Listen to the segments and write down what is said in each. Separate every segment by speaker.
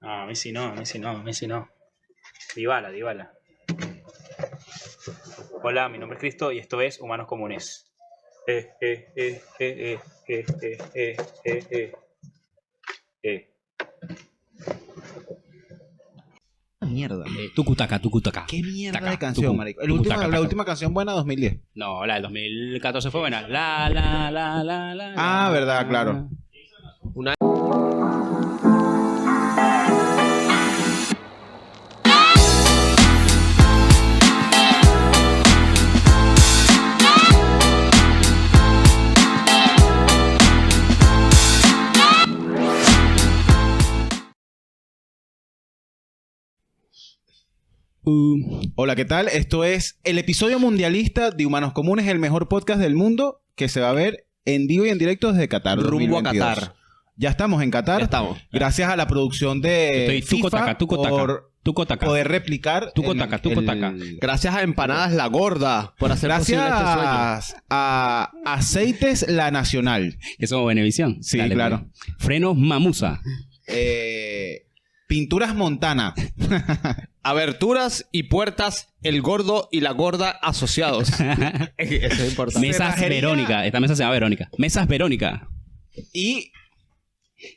Speaker 1: No, Messi no, Messi no, Messi no. Dybala, Dybala. Hola, mi nombre es Cristo y esto es Humanos Comunes. Eh, eh, eh, eh, eh, eh, eh, eh, eh, eh.
Speaker 2: Ah, mierda.
Speaker 3: Eh, tucutaca, tucutaca.
Speaker 2: Qué mierda
Speaker 3: Taca,
Speaker 2: de canción,
Speaker 3: tucu,
Speaker 2: marico. El
Speaker 3: tucu,
Speaker 2: último-
Speaker 3: taca,
Speaker 2: la
Speaker 3: taca.
Speaker 2: última canción buena, 2010.
Speaker 3: No, la del 2014 fue buena. La, la, la, la, la.
Speaker 2: Ah,
Speaker 3: la,
Speaker 2: verdad,
Speaker 3: la.
Speaker 2: claro.
Speaker 3: Uh,
Speaker 2: Hola, ¿qué tal? Esto es el episodio mundialista de Humanos Comunes, el mejor podcast del mundo que se va a ver en vivo y en directo desde Qatar.
Speaker 4: Rumbo a
Speaker 2: 2022.
Speaker 4: Qatar.
Speaker 2: Ya estamos en
Speaker 4: Ya
Speaker 2: Qatar.
Speaker 4: estamos.
Speaker 2: Gracias a la producción de
Speaker 3: estoy tuco,
Speaker 2: Eh, FIFA
Speaker 3: taca, tuco, taca.
Speaker 2: por
Speaker 3: tuco, taca.
Speaker 2: poder replicar
Speaker 3: Tuco,
Speaker 2: el-
Speaker 3: taca, tuco,
Speaker 2: el-
Speaker 3: taca.
Speaker 4: Gracias a Empanadas La Gorda por hacer posible este sueño.
Speaker 2: Gracias a Aceites La Nacional,
Speaker 3: este- Eso, Benevisión.
Speaker 2: Sí, claro.
Speaker 3: pues. Frenos Mamusa.
Speaker 2: eh, Pinturas Montana,
Speaker 4: Aberturas y puertas, el gordo y la gorda asociados. Eso es importante.
Speaker 3: Mesas
Speaker 2: Cerrajería.
Speaker 3: Verónica. Esta mesa se llama Verónica. Mesas Verónica.
Speaker 2: y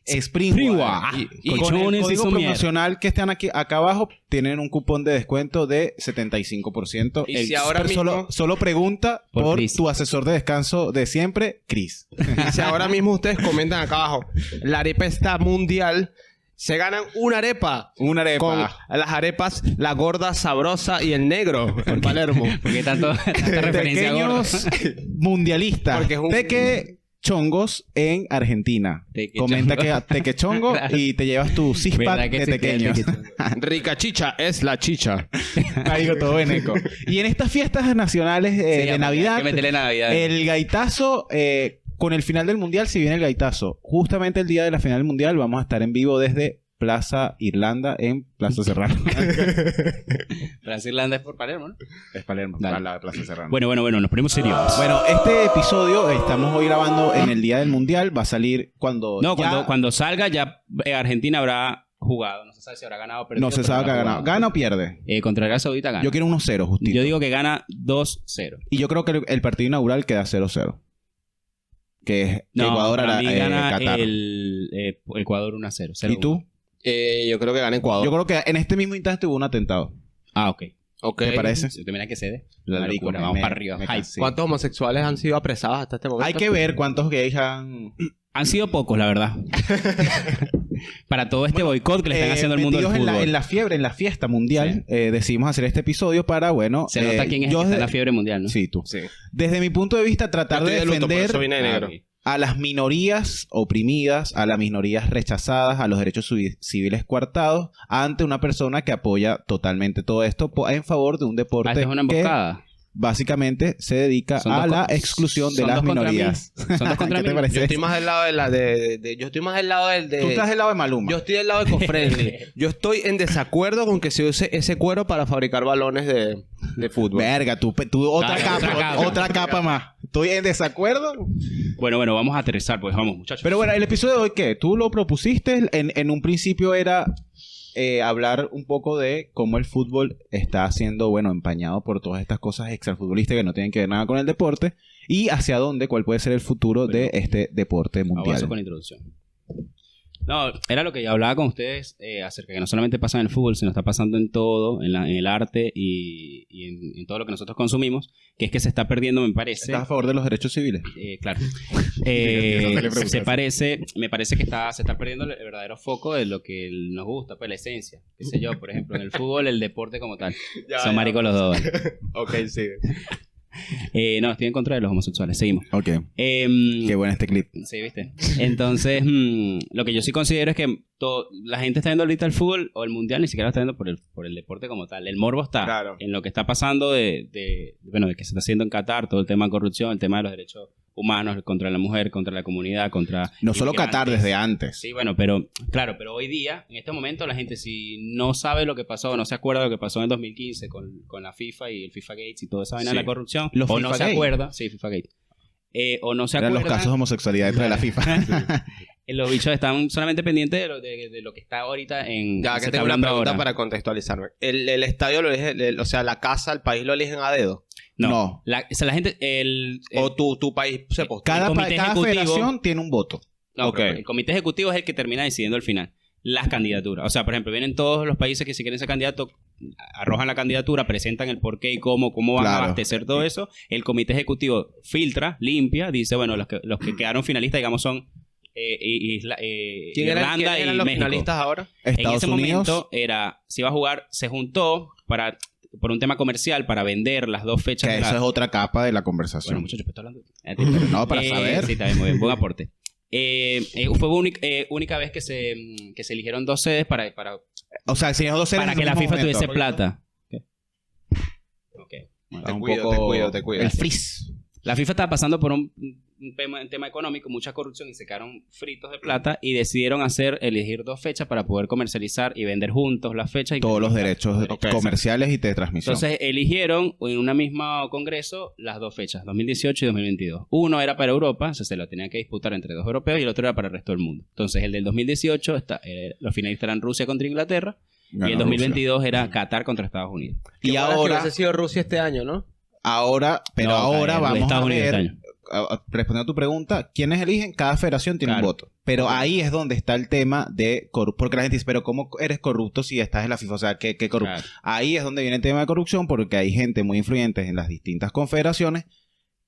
Speaker 2: Springwa.
Speaker 3: Springwa.
Speaker 2: Y, y con el
Speaker 3: Colchones Ah, y
Speaker 2: código
Speaker 3: somier.
Speaker 2: promocional que están aquí acá abajo tienen un cupón de descuento de 75%.
Speaker 4: Y
Speaker 2: El-
Speaker 4: si ahora
Speaker 2: pero solo,
Speaker 4: mismo-
Speaker 2: solo pregunta
Speaker 3: Por
Speaker 2: por,
Speaker 3: Chris.
Speaker 2: tu asesor de descanso de siempre, Chris.
Speaker 4: Y si ahora mismo ustedes comentan acá abajo, la arepa está mundial, se ganan una arepa.
Speaker 2: Una
Speaker 4: Con
Speaker 2: arepa.
Speaker 4: las arepas, la gorda sabrosa y el negro en Palermo.
Speaker 3: Porque tanto, tanta referencia gorda.
Speaker 2: Pequeños mundialistas.
Speaker 4: Porque es un-
Speaker 2: Teque chongos en Argentina.
Speaker 3: Teque
Speaker 2: Comenta
Speaker 3: chongo.
Speaker 2: que teque chongo
Speaker 3: Claro.
Speaker 2: y te llevas tu
Speaker 3: ¿Verdad
Speaker 2: cispat
Speaker 3: que
Speaker 2: de
Speaker 3: sí?
Speaker 2: tequeño.
Speaker 4: Rica chicha es la chicha.
Speaker 2: Marico, todo en eco. Y en estas fiestas nacionales eh,
Speaker 3: Sí,
Speaker 2: de
Speaker 3: porque
Speaker 2: Navidad, Eh,
Speaker 3: Hay que meterle Navidad.
Speaker 2: el gaitazo, eh, con el final del mundial, si viene el gaitazo, justamente el día de la final del mundial, vamos a estar en vivo desde Plaza Irlanda en Plaza Serrano.
Speaker 3: Brasil Irlanda es por Palermo, ¿no?
Speaker 2: es Palermo,
Speaker 3: Dale.
Speaker 2: de Plaza Serrano.
Speaker 3: Bueno, bueno, bueno. Nos ponemos serios.
Speaker 2: Bueno, este episodio eh, estamos hoy grabando en el día del mundial. Va a salir cuando.
Speaker 3: No,
Speaker 2: Pues ya-
Speaker 3: cuando, cuando salga ya eh, Argentina habrá jugado. No se sabe si habrá ganado o perdido.
Speaker 2: No se
Speaker 3: pero
Speaker 2: sabe que
Speaker 3: habrá
Speaker 2: ha ganado.
Speaker 3: jugado.
Speaker 2: ¿Gana o pierde?
Speaker 3: Eh, contra Arabia Saudita gana.
Speaker 2: Yo
Speaker 3: Yo,
Speaker 2: quiero unos ceros, justito.
Speaker 3: digo que gana 2-0.
Speaker 2: Y yo creo que el, el partido inaugural queda 0-0. Que es
Speaker 3: No,
Speaker 2: Ecuador
Speaker 3: para
Speaker 2: a eh,
Speaker 3: mí gana
Speaker 2: Qatar.
Speaker 3: el eh, Ecuador 1-0.
Speaker 2: ¿Y tú?
Speaker 4: Eh, yo creo que gana Ecuador.
Speaker 2: Yo creo que en este mismo instante hubo un atentado.
Speaker 3: Ah, ok.
Speaker 4: Ok.
Speaker 2: ¿Te parece?
Speaker 3: Yo también hay que cede.
Speaker 2: La
Speaker 3: Marico,
Speaker 2: locura,
Speaker 3: vamos
Speaker 2: me-
Speaker 3: para arriba.
Speaker 2: me
Speaker 3: Hype.
Speaker 2: cansé.
Speaker 4: ¿Cuántos homosexuales han sido apresados hasta este momento?
Speaker 2: Hay que ver cuántos gays han.
Speaker 3: Han sido pocos, la verdad. para todo este boicot que le están
Speaker 2: eh,
Speaker 3: haciendo al mundo del
Speaker 2: metidos
Speaker 3: fútbol.
Speaker 2: en la, en la fiebre, en la fiesta mundial, eh, decidimos hacer este episodio para, bueno.
Speaker 3: Se nota
Speaker 2: eh,
Speaker 3: quién es el
Speaker 2: yo
Speaker 3: que está en
Speaker 2: de-
Speaker 3: la fiebre mundial, ¿no?
Speaker 2: Sí, tú.
Speaker 4: Sí.
Speaker 2: Desde mi punto de vista,
Speaker 4: Yo
Speaker 2: tratar
Speaker 4: estoy
Speaker 2: de
Speaker 4: de luto, por
Speaker 2: defender
Speaker 4: eso vine de
Speaker 3: Ah,
Speaker 4: negro.
Speaker 3: ok.
Speaker 2: a las minorías oprimidas, a las minorías rechazadas, a los derechos civi- civiles coartados, ante una persona que apoya totalmente todo esto po- en favor de un
Speaker 3: Ah,
Speaker 2: deporte
Speaker 3: esto es una
Speaker 2: que
Speaker 3: emboscada.
Speaker 2: básicamente se dedica
Speaker 3: Son
Speaker 2: a
Speaker 3: dos
Speaker 2: la
Speaker 3: con-
Speaker 2: exclusión de
Speaker 3: son
Speaker 2: las
Speaker 3: dos contra
Speaker 2: minorías.
Speaker 3: mí. Son dos contra
Speaker 2: ¿Qué
Speaker 3: mí.
Speaker 2: te parece?
Speaker 4: Yo estoy más del lado de la de, de- de- yo estoy más del lado del de
Speaker 2: Tú estás del lado de Maluma.
Speaker 4: yo estoy del lado de Cofrelli. yo estoy en desacuerdo con que se use ese cuero para fabricar balones de, de fútbol.
Speaker 2: Verga, tú, pe- tú otra,
Speaker 3: Dale,
Speaker 2: capa,
Speaker 3: otra
Speaker 2: otra
Speaker 3: capa.
Speaker 2: capa, más. Estoy en desacuerdo.
Speaker 3: Bueno, bueno, vamos a aterrizar, pues vamos, muchachos.
Speaker 2: Pero bueno, el episodio de hoy, ¿qué? Tú lo propusiste. En, en un principio era eh, hablar un poco de cómo el fútbol está siendo, bueno, empañado por todas estas cosas extrafutbolistas que no tienen que ver nada con el deporte y hacia dónde, cuál puede ser el futuro de este deporte mundial.
Speaker 3: Avanzo con la introducción. No, era lo que yo hablaba con ustedes eh, acerca de que no solamente pasa en el fútbol, sino está pasando en todo, en, la- en el arte y, y en, en todo lo que nosotros consumimos, que es que se está perdiendo, me parece.
Speaker 2: ¿Estás a favor de los derechos civiles?
Speaker 3: eh, claro. Eh,
Speaker 2: Yo no le pregunto
Speaker 3: se
Speaker 2: eso.
Speaker 3: parece, me parece que está, se está perdiendo el el verdadero foco de lo que nos gusta, pues la esencia. Qué sé yo, por ejemplo, en el fútbol, el deporte como tal. Son maricos los dos.
Speaker 4: Ok, sí.
Speaker 3: Eh, no, estoy en contra de los homosexuales. Seguimos.
Speaker 2: Ok,
Speaker 3: Em,
Speaker 2: qué bueno este clip.
Speaker 3: Sí, viste. Entonces, mm, lo que yo sí considero es que to- la gente está viendo ahorita el fútbol o el mundial, ni siquiera lo está viendo por el, por el deporte como tal. El morbo está
Speaker 4: Claro.
Speaker 3: en lo que está pasando de, de- bueno, de que se está haciendo en Qatar, todo el tema de corrupción, el tema de los derechos humanos contra la mujer, contra la comunidad, contra...
Speaker 2: No solo
Speaker 3: migrantes.
Speaker 2: Qatar, desde antes.
Speaker 3: Sí, bueno, pero claro, pero hoy día, en este momento, la gente si no sabe lo que pasó o no se acuerda de lo que pasó en el 2015 con, con la FIFA y el FIFA Gates y toda esa vaina de
Speaker 2: Sí.
Speaker 3: la corrupción,
Speaker 2: Los
Speaker 3: o no
Speaker 2: FIFA
Speaker 3: se
Speaker 2: Gate.
Speaker 3: acuerda, sí, FIFA Gates, eh, o no se
Speaker 2: Eran
Speaker 3: acuerda
Speaker 2: los casos de homosexualidad dentro de la FIFA.
Speaker 3: los bichos están solamente pendientes de lo, de- de lo que está ahorita en.
Speaker 4: Ya,
Speaker 3: se
Speaker 4: que
Speaker 3: está
Speaker 4: tengo una
Speaker 3: hablando
Speaker 4: pregunta
Speaker 3: ahora.
Speaker 4: para contextualizarme. El, el estadio lo eligen, el- o sea, la casa, el país lo eligen a dedo.
Speaker 3: No.
Speaker 2: No.
Speaker 3: La, o sea, la gente. El, el-
Speaker 4: o tu, tu país se postula.
Speaker 2: Cada, pa-
Speaker 3: comité
Speaker 2: cada
Speaker 3: ejecutivo-
Speaker 2: federación tiene un voto.
Speaker 3: no,
Speaker 2: ok.
Speaker 3: pero el comité ejecutivo es el que termina decidiendo al final las candidaturas. O sea, por ejemplo, vienen todos los países que si quieren ser candidato, arrojan la candidatura, presentan el por qué y cómo, cómo van a
Speaker 2: Claro.
Speaker 3: abastecer todo eso. El comité ejecutivo filtra, limpia, dice, bueno, los que, los que quedaron finalistas, digamos, son eh, i- Isla- eh,
Speaker 4: ¿Quién era-
Speaker 3: Irlanda
Speaker 4: quién eran
Speaker 3: y
Speaker 4: los
Speaker 3: México.
Speaker 4: finalistas ahora?
Speaker 2: Estados
Speaker 3: en ese
Speaker 2: Unidos.
Speaker 3: momento era, se iba a jugar, se juntó para por un tema comercial para vender las dos fechas.
Speaker 2: que
Speaker 3: de la-
Speaker 2: eso es otra capa de la
Speaker 3: Bueno,
Speaker 2: conversación.
Speaker 3: muchachos, pero estoy hablando.
Speaker 2: no, para
Speaker 3: Eh,
Speaker 2: saber.
Speaker 3: Sí, está bien, muy bien, buen aporte. Eh, eh, fue única, eh, única vez que se, mm, que se eligieron dos sedes para, para,
Speaker 2: O sea, si dos seres
Speaker 3: para
Speaker 2: en
Speaker 3: que
Speaker 2: el
Speaker 3: la
Speaker 2: mismo
Speaker 3: FIFA
Speaker 2: momento.
Speaker 3: tuviese plata. Ok.
Speaker 2: Está
Speaker 4: Te
Speaker 2: un
Speaker 4: cuido, te
Speaker 2: poco-
Speaker 4: cuido, te cuido.
Speaker 2: El freeze.
Speaker 3: La FIFA estaba pasando por un, un tema, un tema económico, mucha corrupción y se quedaron fritos de plata y decidieron hacer elegir dos fechas para poder comercializar y vender juntos las fechas. y-
Speaker 2: Todos los derechos
Speaker 3: Ok,
Speaker 2: comerciales y de transmisión.
Speaker 3: Entonces eligieron en un mismo congreso las dos fechas, 2018 y 2022. Uno era para Europa, o sea, se lo tenían que disputar entre dos europeos, y el otro era para el resto del mundo. Entonces el del 2018, está, eh, los finalistas eran Rusia contra Inglaterra,
Speaker 2: Ganó
Speaker 3: y
Speaker 2: Rusia.
Speaker 3: el 2022 era Qatar contra Estados Unidos.
Speaker 2: Y ahora,
Speaker 4: ha sido Rusia este año, ¿no?
Speaker 2: ahora, pero
Speaker 3: No,
Speaker 2: ahora
Speaker 3: Qatar,
Speaker 2: vamos
Speaker 3: Estados
Speaker 2: a
Speaker 3: Unidos
Speaker 2: ver,
Speaker 3: este año.
Speaker 2: a- a- respondiendo a tu pregunta, ¿quiénes eligen? Cada federación tiene
Speaker 3: Claro.
Speaker 2: un voto. Pero ahí es donde está el tema de corrupción. Porque la gente dice, pero ¿cómo eres corrupto si estás en la FIFA? O sea, ¿qué, qué corrupto?
Speaker 3: Claro.
Speaker 2: Ahí es donde viene el tema de corrupción porque hay gente muy influyente en las distintas confederaciones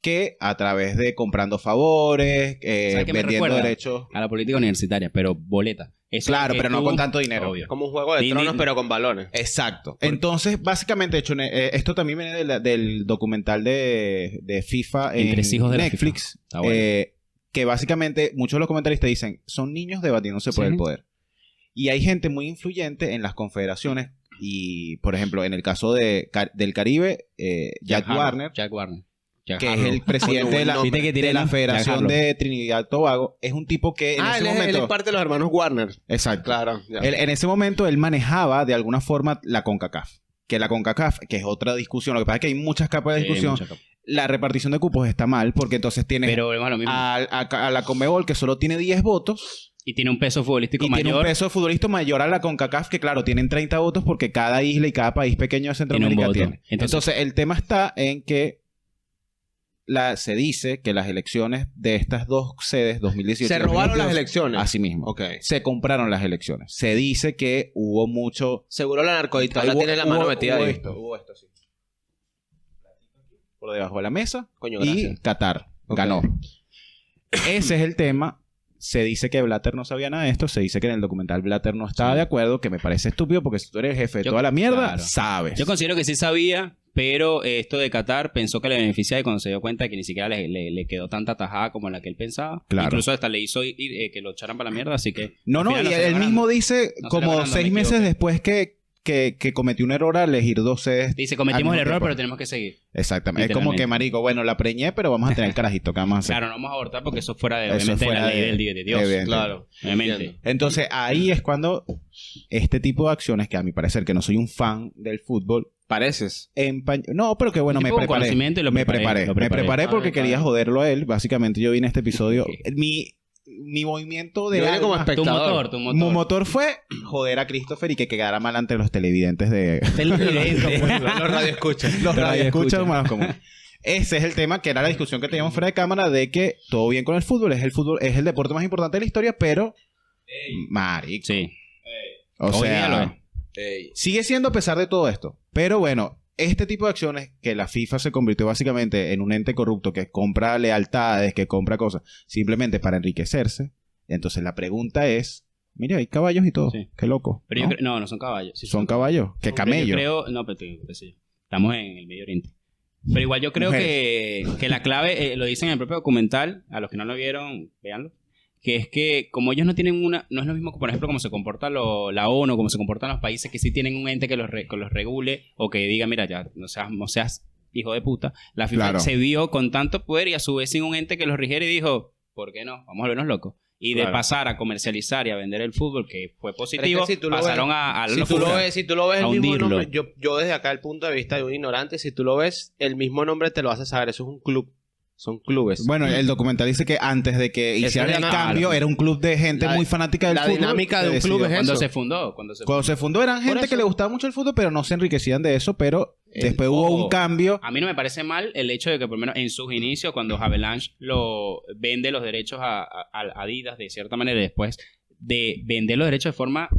Speaker 2: que a través de comprando favores, eh,
Speaker 3: ¿Sabes qué me
Speaker 2: vendiendo
Speaker 3: recuerda?
Speaker 2: derechos.
Speaker 3: A la política universitaria, pero boleta. Eso
Speaker 2: Claro,
Speaker 3: que
Speaker 2: pero no
Speaker 3: tú-
Speaker 2: con tanto dinero.
Speaker 3: Obvio.
Speaker 4: Como un juego de
Speaker 3: Ni-
Speaker 4: tronos,
Speaker 3: ni-
Speaker 4: pero con balones.
Speaker 2: Exacto. Entonces, básicamente, hecho, eh, esto también viene de la- del documental de, de FIFA en
Speaker 3: Entre hijos de la
Speaker 2: Netflix,
Speaker 3: Está bueno.
Speaker 2: eh, que básicamente muchos de los comentaristas dicen, son niños debatiéndose por
Speaker 3: Sí.
Speaker 2: el poder. Y hay gente muy influyente en las confederaciones y, por ejemplo, en el caso de, Ca- del Caribe, eh, Jack
Speaker 3: Harlow,
Speaker 2: Warner,
Speaker 3: Jack Warner. Jack
Speaker 2: que es
Speaker 3: Harlow.
Speaker 2: el presidente de la,
Speaker 3: Viste que tiene
Speaker 2: de la
Speaker 3: nombre, Jack
Speaker 2: Federación
Speaker 3: Harlow.
Speaker 2: de Trinidad y Tobago, es un tipo que en
Speaker 4: ah,
Speaker 2: ese
Speaker 4: él, es- él
Speaker 2: momento...
Speaker 4: es parte de los hermanos Warner.
Speaker 2: Exacto.
Speaker 4: Claro. ya.
Speaker 2: Él- en ese momento él manejaba de alguna forma la CONCACAF. Que la CONCACAF, que es otra discusión, lo que pasa es que hay muchas capas de
Speaker 3: Sí,
Speaker 2: discusión.
Speaker 3: mucha capa.
Speaker 2: La repartición de cupos está mal porque entonces tienes
Speaker 3: eh, Pero volvemos a lo mismo.
Speaker 2: al- a, a la Comebol que solo tiene 10 votos
Speaker 3: y tiene un peso futbolístico
Speaker 2: y tiene un
Speaker 3: mayor.
Speaker 2: peso de futbolista mayor a la CONCACAF que claro, tienen 30 votos porque cada isla y cada país pequeño de
Speaker 3: tiene un
Speaker 2: Centroamérica
Speaker 3: voto.
Speaker 2: tiene.
Speaker 3: Entonces,
Speaker 2: Entonces, el tema está en que la, se dice que las elecciones de estas dos sedes 2018
Speaker 4: Se robaron las
Speaker 2: 2022,
Speaker 4: elecciones.
Speaker 2: Así mismo.
Speaker 4: Ok.
Speaker 2: Se compraron las elecciones. Se dice que hubo mucho
Speaker 4: Seguro la narcodictadura
Speaker 2: Hubo-
Speaker 4: tiene la mano
Speaker 2: hubo-
Speaker 4: metida
Speaker 2: hubo
Speaker 4: ahí.
Speaker 2: esto, hubo esto, sí. Por debajo de la mesa.
Speaker 4: Coño,
Speaker 2: Y
Speaker 4: gracias.
Speaker 2: Qatar
Speaker 4: Ok.
Speaker 2: ganó. Ese es el tema. Se dice que Blatter no sabía nada de esto. Se dice que en el documental Blatter no estaba de acuerdo, que me parece estúpido porque si tú eres el jefe de
Speaker 3: Yo-
Speaker 2: toda la mierda,
Speaker 3: claro.
Speaker 2: sabes.
Speaker 3: Yo considero que sí sabía, pero eh, esto de Qatar pensó que le beneficiaba y cuando se dio cuenta que ni siquiera le, le- le quedó tanta tajada como la que él pensaba.
Speaker 2: Claro.
Speaker 3: Incluso hasta le hizo ir- ir, eh, que lo echaran para la mierda, así que...
Speaker 2: no,
Speaker 3: al
Speaker 2: no, y
Speaker 3: final no
Speaker 2: él,
Speaker 3: salió ganando.
Speaker 2: mismo dice
Speaker 3: No salió
Speaker 2: como
Speaker 3: ganando, me
Speaker 2: seis meses
Speaker 3: equivoqué.
Speaker 2: después que, que, que cometió un error al elegir dos sedes.
Speaker 3: Dice, cometimos
Speaker 2: Al
Speaker 3: el
Speaker 2: mismo
Speaker 3: error,
Speaker 2: tiempo.
Speaker 3: pero tenemos que seguir.
Speaker 2: Exactamente. Es como
Speaker 3: Literalmente.
Speaker 2: que, marico, bueno, la preñé, pero vamos a tener el carajito que vamos a hacer.
Speaker 3: Claro, no vamos a abortar porque eso fuera de,
Speaker 2: Eso
Speaker 3: obviamente, de
Speaker 2: fuera
Speaker 3: la ley
Speaker 2: de-
Speaker 3: del di- de Dios.
Speaker 2: evidente.
Speaker 4: Claro.
Speaker 3: Obviamente.
Speaker 4: Entiendo.
Speaker 2: Entonces ahí es cuando este tipo de acciones, que a mi parecer que no soy un fan del fútbol,
Speaker 4: Pareces.
Speaker 2: empañ- no, pero que bueno,
Speaker 3: Sí,
Speaker 2: me
Speaker 3: con
Speaker 2: preparé.
Speaker 3: conocimiento y lo
Speaker 2: me
Speaker 3: preparé,
Speaker 2: preparé,
Speaker 3: lo
Speaker 2: me
Speaker 3: preparé.
Speaker 2: preparé
Speaker 4: Ah,
Speaker 2: porque
Speaker 4: me
Speaker 2: quería
Speaker 4: paré.
Speaker 2: joderlo a él. Básicamente yo vine a este episodio. mi, mi movimiento de
Speaker 4: Yo vine como
Speaker 2: alma-
Speaker 3: Tu motor,
Speaker 4: espectador.
Speaker 3: tu
Speaker 2: mi
Speaker 3: motor.
Speaker 2: motor fue joder a Christopher y que quedara mal ante los televidentes de
Speaker 3: Ten evidente.
Speaker 4: Los radioescuchas.
Speaker 2: pues, los
Speaker 3: Los
Speaker 2: radioescuchas
Speaker 3: radioescuchas.
Speaker 2: más comunes. Ese es el tema que era la discusión que teníamos fuera de cámara de que todo bien con el fútbol, es el fútbol, es el deporte más importante de la historia, pero marico,
Speaker 3: Sí.
Speaker 2: o
Speaker 3: Hoy día
Speaker 2: sea,
Speaker 3: lo es.
Speaker 4: Ey.
Speaker 2: Sigue siendo a pesar de todo esto. Pero bueno, este tipo de acciones que la FIFA se convirtió básicamente en un ente corrupto que compra lealtades, que compra cosas, simplemente para enriquecerse. Entonces la pregunta es, mira, hay caballos y todo.
Speaker 3: Sí.
Speaker 2: Qué loco.
Speaker 3: Pero
Speaker 2: ¿no?
Speaker 3: yo creo... No, no son caballos. Sí,
Speaker 2: Son caballos. Qué
Speaker 3: Pero Yo
Speaker 2: camellos.
Speaker 3: creo, no, pero te- pues sí, estamos en el Medio Oriente. Pero igual yo creo que, que la clave, eh, lo dicen en el propio documental, a los que no lo vieron, véanlo, que es que como ellos no tienen una, no es lo mismo, que, por ejemplo, como se comporta lo- la ONU, como se comportan los países que sí tienen un ente que los, re- que los regule o que diga, mira, ya, no seas, no seas hijo de puta. La FIFA
Speaker 2: Claro.
Speaker 3: se vio con tanto poder y a su vez sin un ente que los rigiera y dijo, ¿por qué no? Vamos a volvernos locos. Y de
Speaker 4: Claro.
Speaker 3: pasar a comercializar y a vender el fútbol, que fue positivo,
Speaker 4: si tú lo ves-
Speaker 3: pasaron a, a la
Speaker 4: Si tú, lo
Speaker 3: locura.
Speaker 4: ves, si tú lo ves,
Speaker 3: A
Speaker 4: el mismo
Speaker 3: hundirlo.
Speaker 4: nombre, yo, yo desde acá el punto de vista de un ignorante, si tú lo ves, el mismo nombre te lo hace saber, eso es un club. Son clubes.
Speaker 2: Bueno, el documental dice que antes de que
Speaker 4: Eso
Speaker 2: hicieran
Speaker 4: era
Speaker 2: el
Speaker 4: una-
Speaker 2: cambio, era un club de gente
Speaker 4: La-
Speaker 2: muy fanática del
Speaker 4: la
Speaker 2: fútbol.
Speaker 4: dinámica
Speaker 2: que
Speaker 4: de un
Speaker 2: decidió-
Speaker 4: club es
Speaker 3: Cuando
Speaker 4: eso.
Speaker 3: se fundó, cuando se
Speaker 2: Cuando se fundó eran gente
Speaker 4: eso.
Speaker 2: que le gustaba mucho el fútbol, pero no se enriquecían de eso, pero
Speaker 3: El-
Speaker 2: después hubo
Speaker 3: ojo.
Speaker 2: un cambio.
Speaker 3: A mí no me parece mal el hecho de que, por lo menos en sus inicios, cuando Avalanche lo vende los derechos a, a- a Adidas de cierta manera, y después de vender los derechos de forma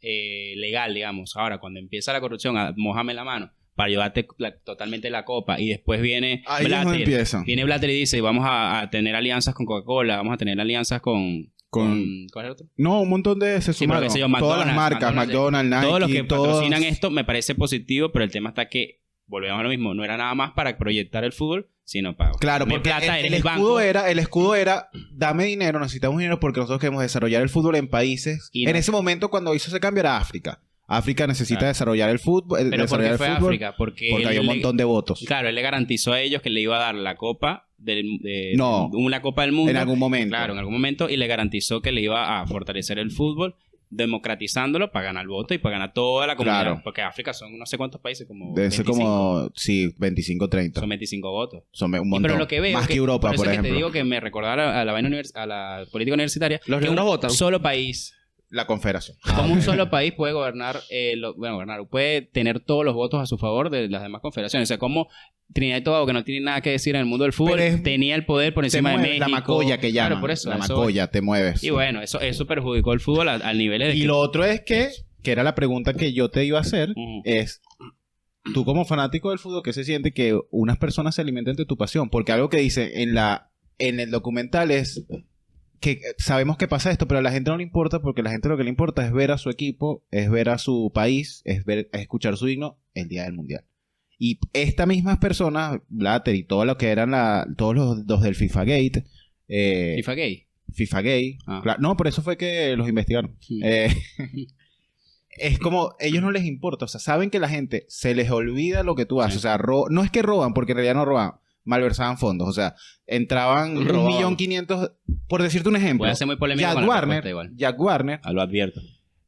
Speaker 3: eh, legal, digamos. Ahora, cuando empieza la corrupción, a, mojame la mano para llevarte la- totalmente la copa y después viene
Speaker 2: Ahí
Speaker 3: Ah, Blatter.
Speaker 2: mismo empiezan.
Speaker 3: Viene Blatter y dice, vamos a, a tener alianzas con Coca-Cola, vamos a tener alianzas con...
Speaker 2: Con,
Speaker 3: con- ¿Cuál es el otro?
Speaker 2: no, un montón de... Se
Speaker 3: Sí, pero
Speaker 2: sumaron.
Speaker 3: qué sé yo,
Speaker 2: todas las
Speaker 3: McDonald's,
Speaker 2: marcas, McDonald's,
Speaker 3: McDonald's,
Speaker 2: Nike,
Speaker 3: todos los que
Speaker 2: todos-
Speaker 3: patrocinan esto me parece positivo, pero el tema está que volvemos a lo mismo, no era nada más para proyectar el fútbol, sino para
Speaker 2: Claro,
Speaker 3: me
Speaker 2: porque
Speaker 3: plata
Speaker 2: el,
Speaker 3: en
Speaker 2: el
Speaker 3: el
Speaker 2: escudo
Speaker 3: banco.
Speaker 2: era, el escudo era, dame dinero, necesitamos dinero porque nosotros queremos desarrollar el fútbol en países.
Speaker 3: Y
Speaker 2: en
Speaker 3: no-
Speaker 2: ese momento cuando hizo ese cambio era África. África necesita
Speaker 3: Claro.
Speaker 2: desarrollar el fútbol, eh,
Speaker 3: pero porque
Speaker 2: desarrollar
Speaker 3: fue
Speaker 2: el fútbol
Speaker 3: África, porque,
Speaker 2: porque
Speaker 3: él
Speaker 2: había un
Speaker 3: le-
Speaker 2: montón de votos
Speaker 3: claro, él le garantizó a ellos que le iba a dar la copa del de,
Speaker 2: No.
Speaker 3: una copa del mundo.
Speaker 2: en algún momento.
Speaker 3: Claro, en algún momento y le garantizó que le iba a fortalecer el fútbol democratizándolo para ganar el voto y para ganar toda la comunidad,
Speaker 2: Claro.
Speaker 3: porque África son no sé cuántos países como
Speaker 2: Debe ser
Speaker 3: 25,
Speaker 2: como, sí, 25, 30.
Speaker 3: son 25 votos.
Speaker 2: Son un
Speaker 3: Y
Speaker 2: montón.
Speaker 3: pero lo que veo
Speaker 2: Más
Speaker 3: es
Speaker 2: que, Europa,
Speaker 3: por,
Speaker 2: por,
Speaker 3: eso es que
Speaker 2: ejemplo.
Speaker 3: te digo que me recordara a la, vaina univers- a la política universitaria
Speaker 4: Los
Speaker 3: que un
Speaker 4: negros votan.
Speaker 3: solo país
Speaker 2: La confederación.
Speaker 3: como un solo país puede gobernar eh, lo- bueno gobernar puede tener todos los votos a su favor de las demás confederaciones o sea como Trinidad y Tobago que no tiene nada que decir en el mundo del fútbol
Speaker 2: Pero es-
Speaker 3: tenía el poder por
Speaker 2: Te
Speaker 3: encima de
Speaker 2: mueves,
Speaker 3: México
Speaker 2: la macolla que llaman.
Speaker 3: claro por eso,
Speaker 2: la
Speaker 3: eso-
Speaker 2: macolla, te mueves.
Speaker 3: y bueno eso eso perjudicó el fútbol a- al nivel
Speaker 2: Y
Speaker 3: de Eh, que- Mm.
Speaker 2: lo otro es que, que era la pregunta que yo te iba a hacer,
Speaker 3: Ujú.
Speaker 2: es tú como fanático del fútbol, ¿qué se siente que unas personas se alimenten de tu pasión? Porque algo que dice en la en el documental es que sabemos que pasa esto, pero a la gente no le importa porque a la gente lo que le importa es ver a su equipo, es ver a su país, es ver es escuchar su himno el día del mundial. Y estas mismas personas, Blatter y todo lo que eran la, todos los, los del FIFA Gate, eh,
Speaker 3: FIFA gay
Speaker 2: FIFA gay.
Speaker 3: Ah.
Speaker 2: Cla- No, por eso fue que los investigaron.
Speaker 3: Sí.
Speaker 2: Eh, es como, ellos no les importa. O sea, saben que la gente se les olvida lo que tú haces.
Speaker 3: Sí.
Speaker 2: O sea, ro- no es que roban, porque en realidad no roban. Malversaban fondos. O sea, entraban un
Speaker 4: Robaban.
Speaker 2: millón quinientos... Por decirte un ejemplo.
Speaker 3: puede ser muy polémico
Speaker 2: Jack
Speaker 3: con la
Speaker 2: Warner,
Speaker 3: respuesta igual
Speaker 2: Jack Warner
Speaker 3: Ah, lo advierto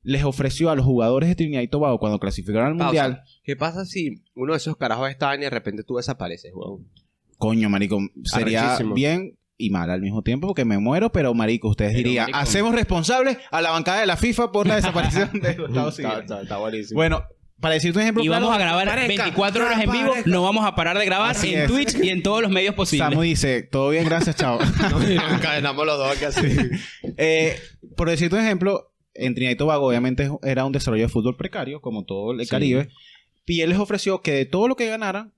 Speaker 2: les ofreció a los jugadores de Trinidad y Tobago cuando clasificaron al
Speaker 4: Pausa.
Speaker 2: Mundial...
Speaker 4: ¿Qué pasa si uno de esos carajos está y de repente tú desapareces, weón?
Speaker 2: Coño, marico, sería
Speaker 4: Arrechísimo.
Speaker 2: bien... Y mal al mismo tiempo porque me muero, pero marico, ustedes
Speaker 3: Pero,
Speaker 2: dirían,
Speaker 3: marico.
Speaker 2: hacemos responsables a la bancada de la FIFA por la desaparición de Estados
Speaker 4: Está,
Speaker 2: Unidos.
Speaker 4: está, está buenísimo.
Speaker 2: Bueno, para decirte un ejemplo,
Speaker 3: y
Speaker 2: claro,
Speaker 3: vamos a grabar
Speaker 2: parezca,
Speaker 3: 24 horas en vivo
Speaker 2: parezca.
Speaker 3: no vamos a parar de grabar
Speaker 2: Así
Speaker 3: en
Speaker 2: es.
Speaker 3: Twitch y en todos los medios posibles
Speaker 2: Samu dice, todo bien, gracias, chao.
Speaker 4: encadenamos los dos casi.
Speaker 2: Eh, por decirte un ejemplo, en Trinidad y Tobago obviamente era un desarrollo de fútbol precario, como todo el
Speaker 3: Sí.
Speaker 2: Caribe, y él les ofreció que de todo lo que ganaran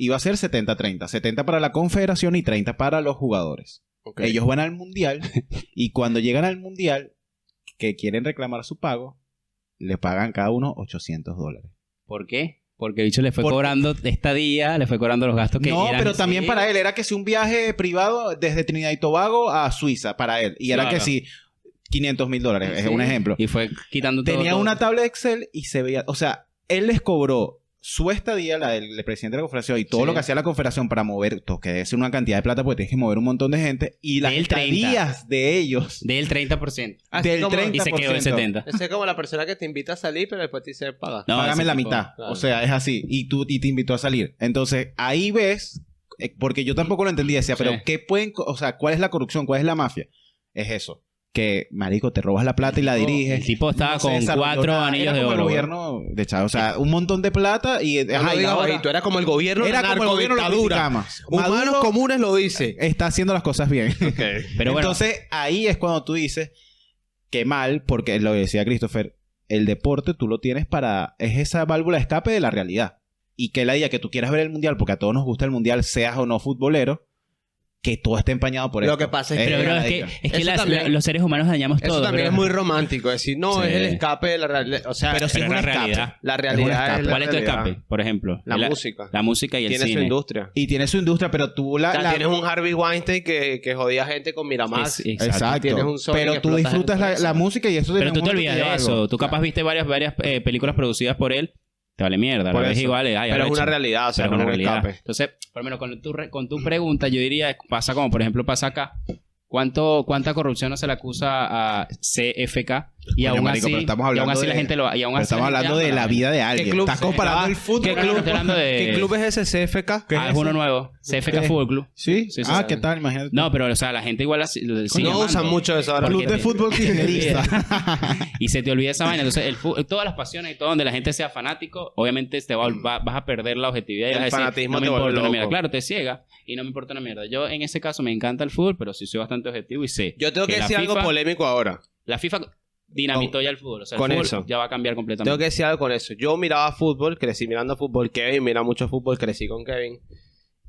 Speaker 2: iba a ser 70-30, 70 para la confederación y 30 para los jugadores. Ellos van al mundial y cuando llegan al mundial, que quieren reclamar su pago, le pagan cada uno 800 dólares.
Speaker 3: ¿Por qué? Porque el bicho le fue
Speaker 2: Porque-
Speaker 3: cobrando estadía, le fue cobrando los gastos que
Speaker 2: No,
Speaker 3: eran-
Speaker 2: pero también
Speaker 3: Sí.
Speaker 2: para él era que si un viaje privado desde Trinidad y Tobago a Suiza, para él. Y era
Speaker 3: Claro.
Speaker 2: que si 500 mil dólares, es
Speaker 3: Sí.
Speaker 2: un ejemplo.
Speaker 3: Y fue quitando todo,
Speaker 2: Tenía
Speaker 3: todo.
Speaker 2: una tabla de Excel y se veía, o sea, él les cobró su estadía, la del, del presidente de la confederación y todo
Speaker 3: Sí.
Speaker 2: lo que hacía la confederación para mover, to- que debe ser una cantidad de plata porque tienes que mover un montón de gente y las
Speaker 3: Del 30.
Speaker 2: estadías de ellos
Speaker 3: Del 30%.
Speaker 4: Así
Speaker 2: del
Speaker 4: como-
Speaker 2: 30%.
Speaker 3: Y se quedó en 70.
Speaker 4: Ese es como la persona que te invita a salir, pero después te dice paga.
Speaker 3: No,
Speaker 2: Págame
Speaker 3: ese
Speaker 2: la
Speaker 3: tipo,
Speaker 2: mitad.
Speaker 4: claro.
Speaker 2: O sea, es así. Y tú y te invitó a salir. Entonces, ahí ves, eh, porque yo tampoco lo entendía, decía, pero
Speaker 3: Sí.
Speaker 2: ¿qué pueden, co- o sea, cuál es la corrupción, cuál es la mafia? Es eso. Que, marico, te robas la plata y la diriges.
Speaker 3: El tipo estaba
Speaker 2: No se
Speaker 3: con
Speaker 2: desarrolló
Speaker 3: cuatro
Speaker 2: nada.
Speaker 3: anillos
Speaker 2: Era
Speaker 3: de
Speaker 2: como
Speaker 3: oro.
Speaker 2: el gobierno de Chávez. O sea, un montón de plata y...
Speaker 4: No
Speaker 2: ajá,
Speaker 4: lo
Speaker 2: y
Speaker 4: digas
Speaker 2: ahora-
Speaker 4: bajito, era como el gobierno
Speaker 2: era como el gobierno lo
Speaker 4: dura.
Speaker 2: criticamos.
Speaker 4: Humanos
Speaker 2: Maduro
Speaker 4: comunes lo dice.
Speaker 2: está haciendo las cosas bien.
Speaker 3: Pero bueno,
Speaker 2: Entonces, ahí es cuando tú dices que mal, porque lo que decía Christopher, el deporte tú lo tienes para. Es esa válvula de escape de la realidad. Y que la idea que tú quieras ver el mundial, porque a todos nos gusta el mundial, seas o no futbolero, que todo esté empañado por
Speaker 4: Lo
Speaker 2: eso.
Speaker 4: que pasa es que-
Speaker 3: pero, bro, es que, es que
Speaker 4: Eso
Speaker 3: las-
Speaker 4: también-
Speaker 3: la- los seres humanos dañamos
Speaker 4: Eso
Speaker 3: todo.
Speaker 4: también
Speaker 3: bro.
Speaker 4: es muy romántico. Decir, no,
Speaker 3: Sí.
Speaker 4: es el escape de la realidad. O sea,
Speaker 2: Pero sí
Speaker 3: Pero
Speaker 2: es un
Speaker 3: es la
Speaker 2: escape.
Speaker 3: realidad.
Speaker 4: la realidad
Speaker 2: escape.
Speaker 4: es, la
Speaker 3: ¿Cuál es tu
Speaker 4: realidad.
Speaker 3: escape, por ejemplo?
Speaker 4: La, música.
Speaker 3: la música y el
Speaker 4: tiene su
Speaker 3: cine.
Speaker 4: industria.
Speaker 2: Y tiene su industria, pero tú la.
Speaker 4: O sea,
Speaker 2: la-
Speaker 4: tienes un Harvey Weinstein que, que jodía gente con Miramar.
Speaker 3: Es- exacto.
Speaker 2: Exacto.
Speaker 4: Tienes un Sony
Speaker 2: pero
Speaker 4: que
Speaker 2: tú
Speaker 4: explotas
Speaker 2: disfrutas
Speaker 4: en
Speaker 2: la,
Speaker 4: Netflix.
Speaker 2: la música y eso
Speaker 3: Pero
Speaker 2: en algún
Speaker 3: tú te
Speaker 2: momento
Speaker 3: olvidas
Speaker 2: lleva
Speaker 3: de
Speaker 2: algo.
Speaker 3: eso. Tú capaz viste varias, varias eh, películas producidas por él. Te vale mierda.
Speaker 4: Por
Speaker 3: la ves
Speaker 4: eso.
Speaker 3: igual. eh, ay,
Speaker 4: pero es
Speaker 3: arrecho.
Speaker 4: una realidad, o sea,
Speaker 3: pero es
Speaker 4: no
Speaker 3: una
Speaker 4: es un
Speaker 3: realidad.
Speaker 4: escape.
Speaker 3: Entonces, por lo menos con tu, re- con tu pregunta, yo diría, pasa como por ejemplo pasa acá. ¿Cuánto, ¿Cuánta corrupción no se le acusa a CFK? Y
Speaker 2: Coño,
Speaker 3: aún
Speaker 2: marico,
Speaker 3: así,
Speaker 2: pero estamos
Speaker 3: y aún
Speaker 2: hablando
Speaker 3: así la
Speaker 2: de-
Speaker 3: gente lo... Y aún
Speaker 2: Pero
Speaker 3: así
Speaker 2: estamos
Speaker 3: gente
Speaker 2: hablando
Speaker 3: ama
Speaker 2: de la vida de
Speaker 4: ¿Qué
Speaker 2: alguien.
Speaker 4: club?
Speaker 2: Estás comparando
Speaker 4: Ah,
Speaker 2: el fútbol.
Speaker 3: ¿Qué club? Estoy hablando de...
Speaker 4: ¿Qué club es ese? ¿CFK?
Speaker 2: ¿Qué
Speaker 3: Ah,
Speaker 2: es
Speaker 3: es uno
Speaker 2: ese?
Speaker 3: nuevo. CFK Fútbol Club.
Speaker 2: Sí,
Speaker 3: Sí, sí,
Speaker 2: ah,
Speaker 3: sabe.
Speaker 2: ¿qué tal? Imagínate.
Speaker 3: No, pero, o sea, la gente igual la si- lo- sigue
Speaker 4: no
Speaker 3: amando.
Speaker 4: usan mucho eso ahora.
Speaker 2: Club
Speaker 3: porque-
Speaker 2: de fútbol kirchnerista.
Speaker 3: y se te olvida esa vaina. Entonces, el fu- todas las pasiones y todo donde la gente sea fanático, obviamente te va- va- vas a perder la objetividad y
Speaker 4: Mm. El
Speaker 3: vas a decir,
Speaker 4: fanatismo
Speaker 3: no me
Speaker 4: te vuelve
Speaker 3: importa una
Speaker 4: loco.
Speaker 3: mierda. Claro, te ciega y no me importa una mierda. Yo, en ese caso, me encanta el fútbol, pero sí soy bastante objetivo y sé.
Speaker 4: Yo tengo que,
Speaker 3: Que la
Speaker 4: decir algo
Speaker 3: FIFA
Speaker 4: polémico ahora.
Speaker 3: La FIFA dinamitó ya el fútbol. O sea, el
Speaker 4: con
Speaker 3: fútbol
Speaker 4: eso.
Speaker 3: ya va a cambiar completamente.
Speaker 4: Tengo que decir algo con eso. Yo miraba fútbol, crecí mirando fútbol. Kevin mira mucho fútbol, crecí con Kevin.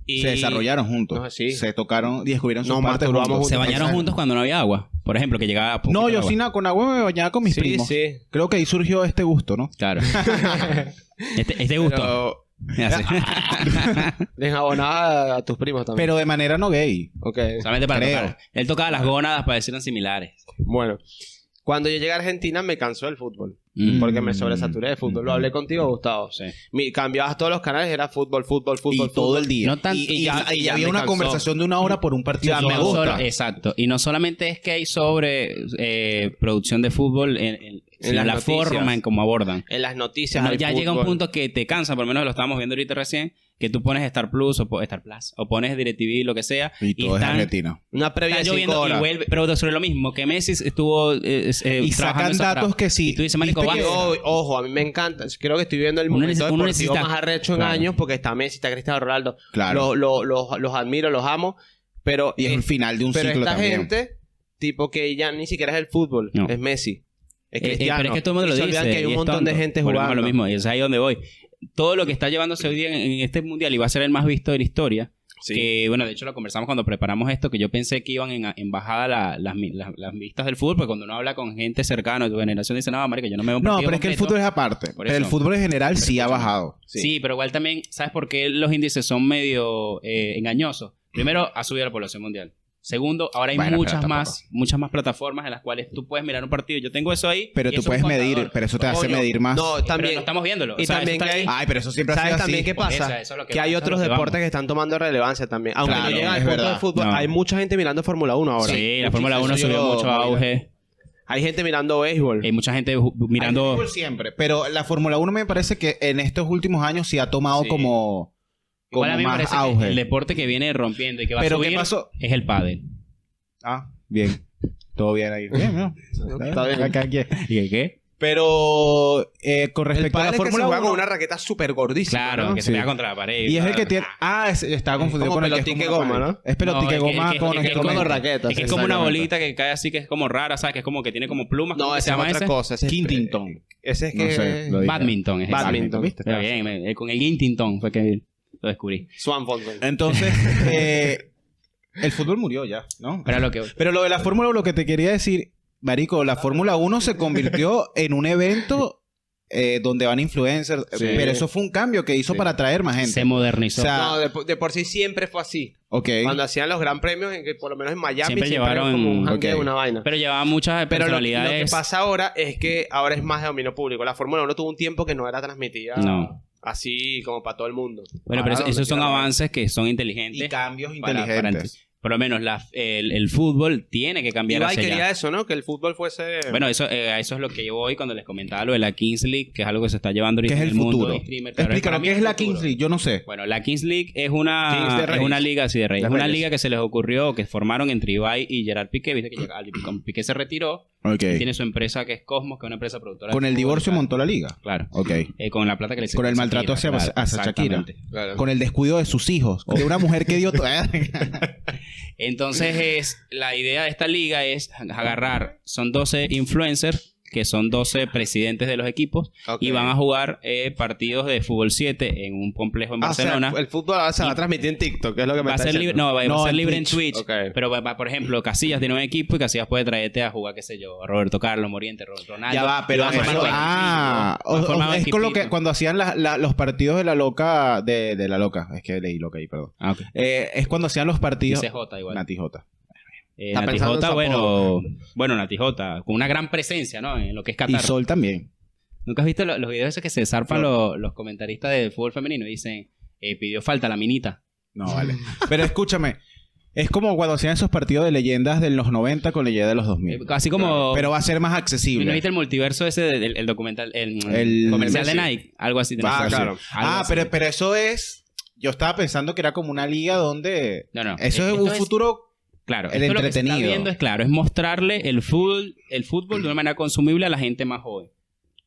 Speaker 4: Y
Speaker 2: Se desarrollaron juntos.
Speaker 4: No, sí.
Speaker 2: Se tocaron y descubrieron sus
Speaker 4: Nos
Speaker 2: partes
Speaker 4: masturbamos
Speaker 2: juntos.
Speaker 4: juntos.
Speaker 3: Se bañaron
Speaker 2: Exacto.
Speaker 3: juntos cuando no había agua. Por ejemplo, que llegaba... poquito
Speaker 2: No,
Speaker 3: de
Speaker 2: yo
Speaker 3: agua.
Speaker 2: sin agua, con agua me bañaba con mis
Speaker 4: Sí,
Speaker 2: primos.
Speaker 4: sí.
Speaker 2: Creo que ahí surgió este gusto, ¿no?
Speaker 3: Claro. este, este gusto.
Speaker 4: Pero
Speaker 3: Así.
Speaker 4: desabonaba a tus primos también.
Speaker 2: Pero de manera no gay.
Speaker 4: Ok.
Speaker 3: Solamente para
Speaker 2: Creo.
Speaker 3: tocar. Él tocaba las gónadas para decirlas similares.
Speaker 4: Bueno. Cuando yo llegué a Argentina me cansó el fútbol.
Speaker 2: Mm.
Speaker 4: Porque me sobresaturé de fútbol. Lo hablé contigo, Gustavo.
Speaker 3: Sí.
Speaker 4: Mi- cambiabas todos los canales, era fútbol, fútbol, fútbol,
Speaker 2: y
Speaker 4: fútbol.
Speaker 2: todo el día.
Speaker 3: No tan-
Speaker 2: y, y
Speaker 4: y
Speaker 2: ya,
Speaker 4: ya-
Speaker 2: y
Speaker 4: ya
Speaker 2: había
Speaker 4: me
Speaker 2: una
Speaker 4: cansó.
Speaker 2: conversación de una hora por un partido.
Speaker 4: Ya me
Speaker 2: solo.
Speaker 4: gusta.
Speaker 3: Solo- exacto. Y no solamente es que hay sobre eh, producción de fútbol, en, en- sino
Speaker 4: las
Speaker 3: la
Speaker 4: noticias.
Speaker 3: forma en cómo abordan.
Speaker 4: En las noticias.
Speaker 3: No,
Speaker 4: hay
Speaker 3: ya llega un
Speaker 4: fútbol.
Speaker 3: punto que te cansa, por lo menos lo estábamos viendo ahorita recién, que tú pones Star Plus o po- Star Plus o pones DirecTV, lo que sea,
Speaker 2: Y todo es
Speaker 3: están-
Speaker 2: argentino.
Speaker 4: Una previa
Speaker 3: está
Speaker 4: de
Speaker 3: lloviendo
Speaker 4: cinco
Speaker 3: y
Speaker 4: horas.
Speaker 3: vuelve, pero sobre lo mismo, que Messi estuvo eh, eh,
Speaker 2: Y
Speaker 3: trabajando
Speaker 2: sacan datos
Speaker 3: esos trabajos.
Speaker 2: que sí.
Speaker 3: Y tú dices, marico,
Speaker 2: ¿Viste
Speaker 3: vas-
Speaker 2: que-
Speaker 4: Yo, ojo, a mí me encanta. Creo que estoy viviendo el
Speaker 3: Uno
Speaker 4: momento
Speaker 3: necesita- uno
Speaker 4: deportivo
Speaker 3: necesita-
Speaker 4: más arrecho en
Speaker 3: Claro.
Speaker 4: años porque está Messi, está Cristiano Ronaldo.
Speaker 2: Claro.
Speaker 4: Los, los, los, los admiro, los amo. Pero,
Speaker 2: y es
Speaker 4: eh,
Speaker 2: el final de un
Speaker 4: pero
Speaker 2: ciclo
Speaker 4: esta
Speaker 2: también.
Speaker 4: gente, tipo que ya ni siquiera es el fútbol,
Speaker 3: No.
Speaker 4: es Messi. Es
Speaker 3: Eh, eh,
Speaker 4: Cristiano.
Speaker 3: pero es que todo el mundo
Speaker 4: Y
Speaker 3: lo
Speaker 4: se
Speaker 3: dice.
Speaker 4: olvidan que hay
Speaker 3: y
Speaker 4: un
Speaker 3: es
Speaker 4: montón de
Speaker 3: tonto.
Speaker 4: gente
Speaker 3: Volvemos a
Speaker 4: jugando.
Speaker 3: lo mismo, es ahí donde voy. Todo lo que está llevándose hoy día en, en este mundial y va a ser el más visto de la historia.
Speaker 4: Sí.
Speaker 3: Que bueno, de hecho lo conversamos cuando preparamos esto, que yo pensé que iban en, en bajada la- las, mi- las- las vistas del fútbol, porque cuando uno habla con gente cercana de tu generación dice, no, marica, yo no me veo un
Speaker 2: No,
Speaker 3: partido
Speaker 2: pero es que el
Speaker 3: completo".
Speaker 2: fútbol es aparte.
Speaker 3: Por
Speaker 2: Pero el
Speaker 3: eso.
Speaker 2: fútbol en general sí ha bajado.
Speaker 3: Sí. pero igual también, ¿sabes por qué los índices son medio eh, engañosos? Primero, ha subido la población mundial. Segundo, ahora hay
Speaker 2: Bueno, pero
Speaker 3: muchas
Speaker 2: tampoco.
Speaker 3: más, muchas más plataformas en las cuales tú puedes mirar un partido. Yo tengo eso ahí.
Speaker 2: Pero
Speaker 3: y
Speaker 2: tú
Speaker 3: eso es
Speaker 2: puedes
Speaker 3: un
Speaker 2: medir,
Speaker 3: contador.
Speaker 2: pero eso te hace
Speaker 4: Coño,
Speaker 2: medir más.
Speaker 4: No,
Speaker 3: Pero no
Speaker 4: también.
Speaker 3: estamos viéndolo.
Speaker 4: Y
Speaker 3: O sea,
Speaker 4: también
Speaker 3: eso está
Speaker 4: que hay-
Speaker 3: ahí.
Speaker 2: Ay, pero eso siempre ha
Speaker 4: ¿Sabes
Speaker 2: sido
Speaker 4: también
Speaker 2: así.
Speaker 4: qué pasa?
Speaker 3: Esa, eso es lo
Speaker 4: que
Speaker 3: que
Speaker 4: hay
Speaker 3: pasa,
Speaker 4: otros
Speaker 3: lo que
Speaker 4: deportes
Speaker 3: vamos.
Speaker 4: que están tomando relevancia también. Aunque
Speaker 2: Claro,
Speaker 4: no llegan al
Speaker 2: es
Speaker 4: punto
Speaker 2: verdad.
Speaker 4: del fútbol,
Speaker 3: No.
Speaker 4: hay mucha gente mirando Fórmula 1 ahora.
Speaker 3: sí, la
Speaker 4: Muchísimo.
Speaker 3: Fórmula 1
Speaker 4: Eso
Speaker 3: subió
Speaker 4: yo-
Speaker 3: mucho auge.
Speaker 4: Hay gente mirando béisbol.
Speaker 3: Hay mucha gente ju-
Speaker 2: Hay
Speaker 3: mirando.
Speaker 2: fútbol siempre, pero la Fórmula 1 me parece que en estos últimos años sí ha tomado
Speaker 3: Sí.
Speaker 2: como, como
Speaker 3: Igual a mí me
Speaker 2: más
Speaker 3: parece que
Speaker 2: auge.
Speaker 3: el deporte que viene rompiendo y que va
Speaker 2: Pero
Speaker 3: a
Speaker 2: ¿qué
Speaker 3: subir
Speaker 2: pasó?
Speaker 3: es el pádel.
Speaker 2: Ah, bien. Todo bien ahí. Bien, ¿no?
Speaker 4: Está bien.
Speaker 2: Acá, aquí.
Speaker 3: ¿Y el qué?
Speaker 2: Pero eh, con
Speaker 4: El
Speaker 2: respecto a
Speaker 4: padre
Speaker 2: la
Speaker 4: es que se
Speaker 2: Fórmula
Speaker 4: juega
Speaker 2: 1
Speaker 4: con una raqueta súper gordísima.
Speaker 3: Claro,
Speaker 4: ¿no?
Speaker 3: que
Speaker 2: Sí.
Speaker 3: se pega contra la pared.
Speaker 2: y es el que tiene ah, es- estaba confundido
Speaker 4: como
Speaker 2: con el que es
Speaker 4: pelotique
Speaker 2: como una
Speaker 4: goma,
Speaker 2: pared.
Speaker 4: ¿no?
Speaker 2: Es pelotique
Speaker 3: No, el que-
Speaker 2: goma
Speaker 3: el que-
Speaker 2: con este
Speaker 3: el que-
Speaker 2: con-
Speaker 3: el que-
Speaker 4: raquetas.
Speaker 3: Es que es como una
Speaker 4: exactamente.
Speaker 3: bolita que cae así, que es como rara, ¿sabes? Que es como que tiene como plumas. ¿cómo
Speaker 4: No,
Speaker 3: que
Speaker 4: esa es otra
Speaker 3: ese?
Speaker 4: cosa. Ese es-
Speaker 2: Kington.
Speaker 4: Ese es que.
Speaker 2: No sé, lo dije.
Speaker 3: Badminton. Es
Speaker 4: Badminton.
Speaker 2: ¿viste?
Speaker 3: Está bien, me- eh, con el Gintington fue que lo descubrí.
Speaker 4: Swan Fontaine.
Speaker 2: Entonces, eh, el fútbol murió ya, ¿no?
Speaker 3: Pero lo que.
Speaker 2: Pero lo de la Fórmula 1, lo que te quería decir, Marico, la Fórmula 1 se convirtió en un evento eh, donde van influencers, eh,
Speaker 4: Sí.
Speaker 2: pero eso fue un cambio que hizo
Speaker 4: Sí.
Speaker 2: para atraer más gente.
Speaker 3: Se modernizó.
Speaker 2: O sea,
Speaker 4: No, de, por- de por sí siempre fue así.
Speaker 2: ok.
Speaker 4: Cuando hacían los gran premios, en que por lo menos en Miami
Speaker 3: Siempre
Speaker 4: siempre,
Speaker 3: llevaron-
Speaker 4: era como un jangueo,
Speaker 2: Ok.
Speaker 4: una vaina.
Speaker 3: pero llevaba muchas
Speaker 4: Pero lo, lo
Speaker 3: personalidades.
Speaker 4: que pasa ahora es que ahora es más de dominio público. La Fórmula 1 tuvo un tiempo que no era transmitida
Speaker 3: No.
Speaker 4: así como para todo el mundo.
Speaker 3: Bueno,
Speaker 4: Ahora
Speaker 3: pero eso-
Speaker 4: donde
Speaker 3: esos son
Speaker 4: quiera la-
Speaker 3: avances que son inteligentes.
Speaker 2: Y cambios
Speaker 3: para- para
Speaker 2: inteligentes.
Speaker 3: ent- por lo menos la- el, el fútbol tiene que cambiar
Speaker 4: Ibai
Speaker 3: hacia allá.
Speaker 4: quería eso, ¿no? Que el fútbol fuese...
Speaker 3: Bueno, eso, eh, a eso es lo que yo voy cuando les comentaba lo de la Kings League, que es algo que se está llevando
Speaker 2: ¿Qué
Speaker 3: ahorita
Speaker 2: es
Speaker 3: en
Speaker 2: el
Speaker 3: el mundo
Speaker 2: futuro?
Speaker 3: de streamer. Claro, para
Speaker 2: Explícanos,
Speaker 3: mí
Speaker 2: ¿qué es
Speaker 3: el
Speaker 2: la
Speaker 3: futuro.
Speaker 2: Kings League? Yo no sé.
Speaker 3: Bueno, la Kings League es
Speaker 4: Kings de
Speaker 3: una, es
Speaker 4: Reyes.
Speaker 3: una liga así de reyes.
Speaker 4: De
Speaker 3: Es una
Speaker 4: Reyes.
Speaker 3: liga que se les ocurrió, que formaron entre Ibai y Gerard Piqué. Viste que llega- al- con Piqué se retiró.
Speaker 2: Ok.
Speaker 3: y tiene su empresa que es Cosmos, que es una empresa productora. de
Speaker 2: Con el
Speaker 3: fútbol,
Speaker 2: divorcio
Speaker 3: claro.
Speaker 2: montó la liga.
Speaker 3: Claro.
Speaker 2: Ok.
Speaker 3: Eh, con la plata que le
Speaker 2: Con el maltrato hacia- hacia Shakira.
Speaker 3: exactamente.
Speaker 4: Claro.
Speaker 2: Con el descuido de sus hijos. De una mujer que dio... to-
Speaker 3: Entonces, es, la idea de esta liga es agarrar, son 12 influencers, que son 12 presidentes de los equipos,
Speaker 4: Ok.
Speaker 3: y van a jugar eh, partidos de fútbol 7 en un complejo en
Speaker 4: Ah, o sea,
Speaker 3: Barcelona.
Speaker 4: el fútbol ahora se va a
Speaker 3: Y-
Speaker 4: transmitir en TikTok, que es lo que me
Speaker 3: va a
Speaker 4: está
Speaker 3: ser libre,
Speaker 4: diciendo.
Speaker 3: no, va a
Speaker 2: No,
Speaker 3: ser
Speaker 2: en
Speaker 3: libre en
Speaker 2: Twitch.
Speaker 3: Twitch.
Speaker 4: Ok.
Speaker 3: Pero, va- va, por ejemplo, Casillas tiene un equipo y Casillas puede traerte a jugar, qué sé yo, a Roberto Carlos, Moriente, Roberto Ronaldo.
Speaker 4: Ya va, pero
Speaker 3: Y van
Speaker 4: eso-
Speaker 3: formando
Speaker 2: ah,
Speaker 3: equipos, van
Speaker 2: o- o-
Speaker 3: formando
Speaker 2: es con lo que
Speaker 3: equipitos.
Speaker 2: cuando hacían la- la- los partidos de la loca, de, de la loca, es que leí loca ahí, perdón.
Speaker 3: Ah, ok.
Speaker 2: Eh, es cuando hacían los
Speaker 3: Y
Speaker 2: partidos...
Speaker 3: CJ igual.
Speaker 2: Nati Jota.
Speaker 3: Eh,
Speaker 4: Está
Speaker 3: Nati
Speaker 4: pensando en
Speaker 3: Jota,
Speaker 4: Sapo.
Speaker 3: bueno, bueno, Nati Jota, con una gran presencia, ¿no? En lo que es
Speaker 2: Y
Speaker 3: Qatar.
Speaker 2: Sol también.
Speaker 3: ¿Nunca has visto lo- los videos esos que se zarpan los, los comentaristas de fútbol femenino? y Dicen, eh, pidió falta la minita.
Speaker 2: No, vale. Pero escúchame, Es como cuando hacían esos partidos de leyendas de los 90 con leyenda de los 2000.
Speaker 3: Así Eh, como...
Speaker 2: Pero va a ser más
Speaker 3: ¿No
Speaker 2: accesible.
Speaker 3: viste el multiverso ese del del- el documental, el,
Speaker 2: El-
Speaker 3: comercial de
Speaker 4: Sí.
Speaker 3: Nike? Algo así. de
Speaker 2: Ah,
Speaker 3: nosotros.
Speaker 4: claro.
Speaker 3: Algo
Speaker 2: Ah,
Speaker 3: así.
Speaker 2: pero, pero eso es... Yo estaba pensando que era como una liga donde...
Speaker 3: No, no.
Speaker 2: Eso es
Speaker 3: Esto
Speaker 2: un futuro...
Speaker 3: Claro,
Speaker 2: el
Speaker 3: esto lo que se está
Speaker 2: entretenido.
Speaker 3: viendo es claro, es mostrarle el fútbol, el fútbol de una manera consumible a la gente más joven.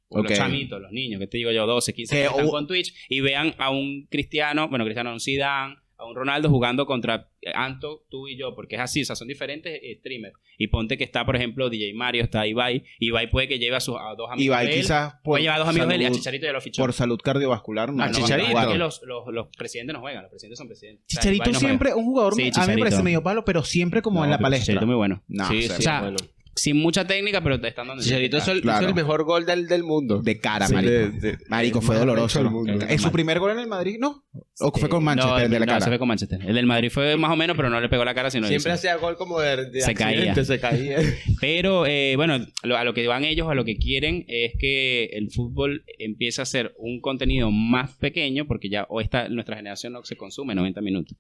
Speaker 3: O
Speaker 2: Ok.
Speaker 3: Los chamitos, los niños, que te digo yo, 12, 15
Speaker 2: Que
Speaker 3: que están
Speaker 2: u-
Speaker 3: con Twitch y vean a un Cristiano, bueno, Cristiano, a un Zidane, a un Ronaldo jugando contra eh, Anto, tú y yo, porque es así, o sea, son diferentes eh, streamers. Y ponte que está, por ejemplo, DJ Mario, está Ibai, Ibai puede que lleve a sus a dos amigos.
Speaker 2: Y va
Speaker 3: de él,
Speaker 2: quizás por,
Speaker 3: puede llevar a dos amigos de él y a
Speaker 2: salud-
Speaker 3: Chicharito ya lo fichó.
Speaker 2: por salud cardiovascular.
Speaker 3: No,
Speaker 2: No,
Speaker 3: no,
Speaker 2: no,
Speaker 3: no,
Speaker 4: Chicharito.
Speaker 3: es que los, los, los presidentes no juegan, los presidentes son presidentes. O sea,
Speaker 2: Chicharito
Speaker 3: Ibai no juega.
Speaker 2: siempre, un jugador,
Speaker 3: Sí,
Speaker 2: a mí me
Speaker 3: Chicharito.
Speaker 2: parece medio palo, pero siempre como
Speaker 3: No,
Speaker 2: en la
Speaker 3: pero
Speaker 2: palestra.
Speaker 3: Chicharito es muy bueno.
Speaker 2: No,
Speaker 4: sí,
Speaker 2: o
Speaker 4: sí,
Speaker 2: sea,
Speaker 3: o sea,
Speaker 4: bueno. Ah,
Speaker 3: sin mucha técnica, pero te están dando.
Speaker 4: Chicharito hizo el, hizo
Speaker 2: Claro.
Speaker 4: el mejor gol del, del mundo.
Speaker 2: de cara,
Speaker 4: Sí,
Speaker 2: marico.
Speaker 4: de- de-
Speaker 2: Marico,
Speaker 4: de-
Speaker 2: fue
Speaker 4: más
Speaker 2: doloroso. ¿no?
Speaker 4: del mundo.
Speaker 2: ¿Es su primer gol en el Madrid? No. ¿O fue con
Speaker 3: No,
Speaker 2: Manchester
Speaker 3: el-
Speaker 2: de la
Speaker 3: no,
Speaker 2: cara?
Speaker 3: se fue con Manchester. El del Madrid fue más o menos, pero no le pegó la cara, sino
Speaker 4: Siempre
Speaker 3: hizo.
Speaker 4: hacía gol como de, de
Speaker 3: Se
Speaker 4: accidente,
Speaker 3: caía.
Speaker 4: Se caía.
Speaker 3: Pero eh, bueno, lo- a lo que van ellos, a lo que quieren, es que el fútbol empiece a ser un contenido más pequeño, porque ya o esta, nuestra generación no se consume 90 minutos.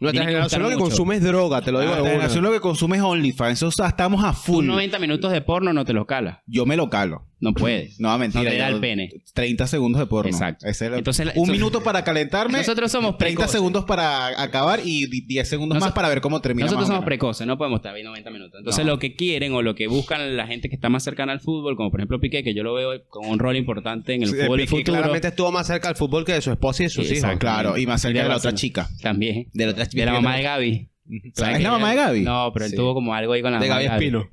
Speaker 4: Nuestra
Speaker 3: Tiene que
Speaker 4: generación lo
Speaker 3: gustar
Speaker 4: que
Speaker 3: mucho.
Speaker 4: consume es droga, te lo digo.
Speaker 2: Ah, la
Speaker 4: de una.
Speaker 2: generación lo que consume es OnlyFans. O sea, estamos a
Speaker 3: Tú
Speaker 2: full.
Speaker 3: 90 minutos de porno no te los calas.
Speaker 2: Yo me lo calo.
Speaker 3: No puedes.
Speaker 2: No, mentira.
Speaker 3: No te da
Speaker 2: yo-
Speaker 3: el pene.
Speaker 2: 30 segundos de porno.
Speaker 3: Exacto.
Speaker 2: Ese es el-
Speaker 3: Entonces, la-
Speaker 2: un
Speaker 3: so-
Speaker 2: minuto para calentarme,
Speaker 3: Nosotros somos
Speaker 2: 30
Speaker 3: precoces.
Speaker 2: segundos para acabar y di- 10 segundos
Speaker 3: Noso-
Speaker 2: más para ver cómo termina.
Speaker 3: Nosotros
Speaker 2: más o
Speaker 3: somos
Speaker 2: menos.
Speaker 3: precoces, no podemos estar ahí 90 minutos. Entonces,
Speaker 2: No.
Speaker 3: lo que quieren o lo que buscan la gente que está más cercana al fútbol, como por ejemplo Piqué, que yo lo veo con un rol importante en el
Speaker 4: Sí,
Speaker 3: fútbol del
Speaker 4: Piqué
Speaker 3: futuro,
Speaker 4: claramente estuvo más cerca del fútbol que de su esposa y de sus
Speaker 3: Exacto.
Speaker 4: hijos.
Speaker 2: Claro, y más cerca de la otra
Speaker 3: Barcelona.
Speaker 2: chica.
Speaker 3: también.
Speaker 2: De la otra
Speaker 3: De la mamá de Gaby. ¿Sabes
Speaker 2: ¿Es
Speaker 3: que
Speaker 2: la mamá de
Speaker 3: ella-
Speaker 2: Gaby?
Speaker 3: No, pero él
Speaker 4: Sí.
Speaker 3: tuvo como algo ahí con la
Speaker 4: De
Speaker 3: mamá
Speaker 4: Gaby Espino.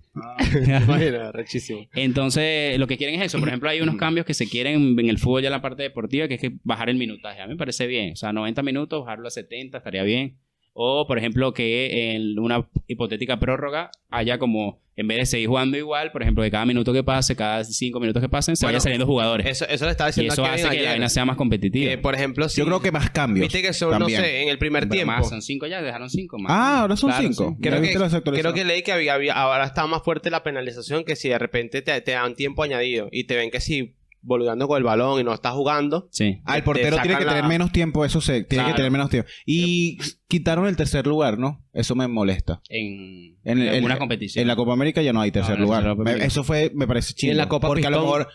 Speaker 4: Imagina, rechísimo.
Speaker 3: Entonces, lo que quieren es eso. Por ejemplo, hay unos cambios que se quieren en el fútbol ya en la parte deportiva, que es que bajar el minutaje. A mí me parece bien. O sea, 90 minutos, bajarlo a 70, estaría bien. O, por ejemplo, que en una hipotética prórroga haya como, en vez de seguir jugando igual, por ejemplo, que cada minuto que pase, cada cinco minutos que pasen, se
Speaker 4: Bueno,
Speaker 3: vayan saliendo jugadores.
Speaker 4: Eso, eso le estaba
Speaker 3: y
Speaker 4: diciendo
Speaker 3: eso
Speaker 4: a Kevin
Speaker 3: hace que la
Speaker 4: ayer.
Speaker 3: vaina sea más competitiva.
Speaker 4: Que,
Speaker 2: eh,
Speaker 4: por ejemplo, si-
Speaker 2: Yo creo que más cambios.
Speaker 4: Viste que son,
Speaker 2: también.
Speaker 4: no sé, en el primer
Speaker 3: Pero
Speaker 4: tiempo.
Speaker 3: más, son cinco ya, dejaron cinco más.
Speaker 2: Ah, ahora son
Speaker 3: Claro,
Speaker 2: 5.
Speaker 3: sí.
Speaker 4: Creo que, creo que leí que había, había- ahora está más fuerte la penalización que si de repente te, te dan tiempo añadido y te ven que si boludeando con el balón y no estás jugando.
Speaker 3: Sí.
Speaker 2: Ah, el
Speaker 4: te
Speaker 2: portero tiene
Speaker 4: sacan
Speaker 2: que
Speaker 4: la-
Speaker 2: tener menos tiempo, eso se tiene que
Speaker 4: Claro.
Speaker 2: tener menos tiempo. Y quitaron el tercer lugar, ¿no? Eso me molesta.
Speaker 3: En,
Speaker 2: En-
Speaker 3: en,
Speaker 2: en-
Speaker 3: alguna competición.
Speaker 2: En la Copa América ya no hay tercer
Speaker 3: No, en la
Speaker 2: lugar.
Speaker 3: Copa
Speaker 2: Me-
Speaker 3: América.
Speaker 2: eso fue, me parece chido.
Speaker 4: en la Copa
Speaker 2: Porque a lo
Speaker 4: Pistón-
Speaker 2: mejor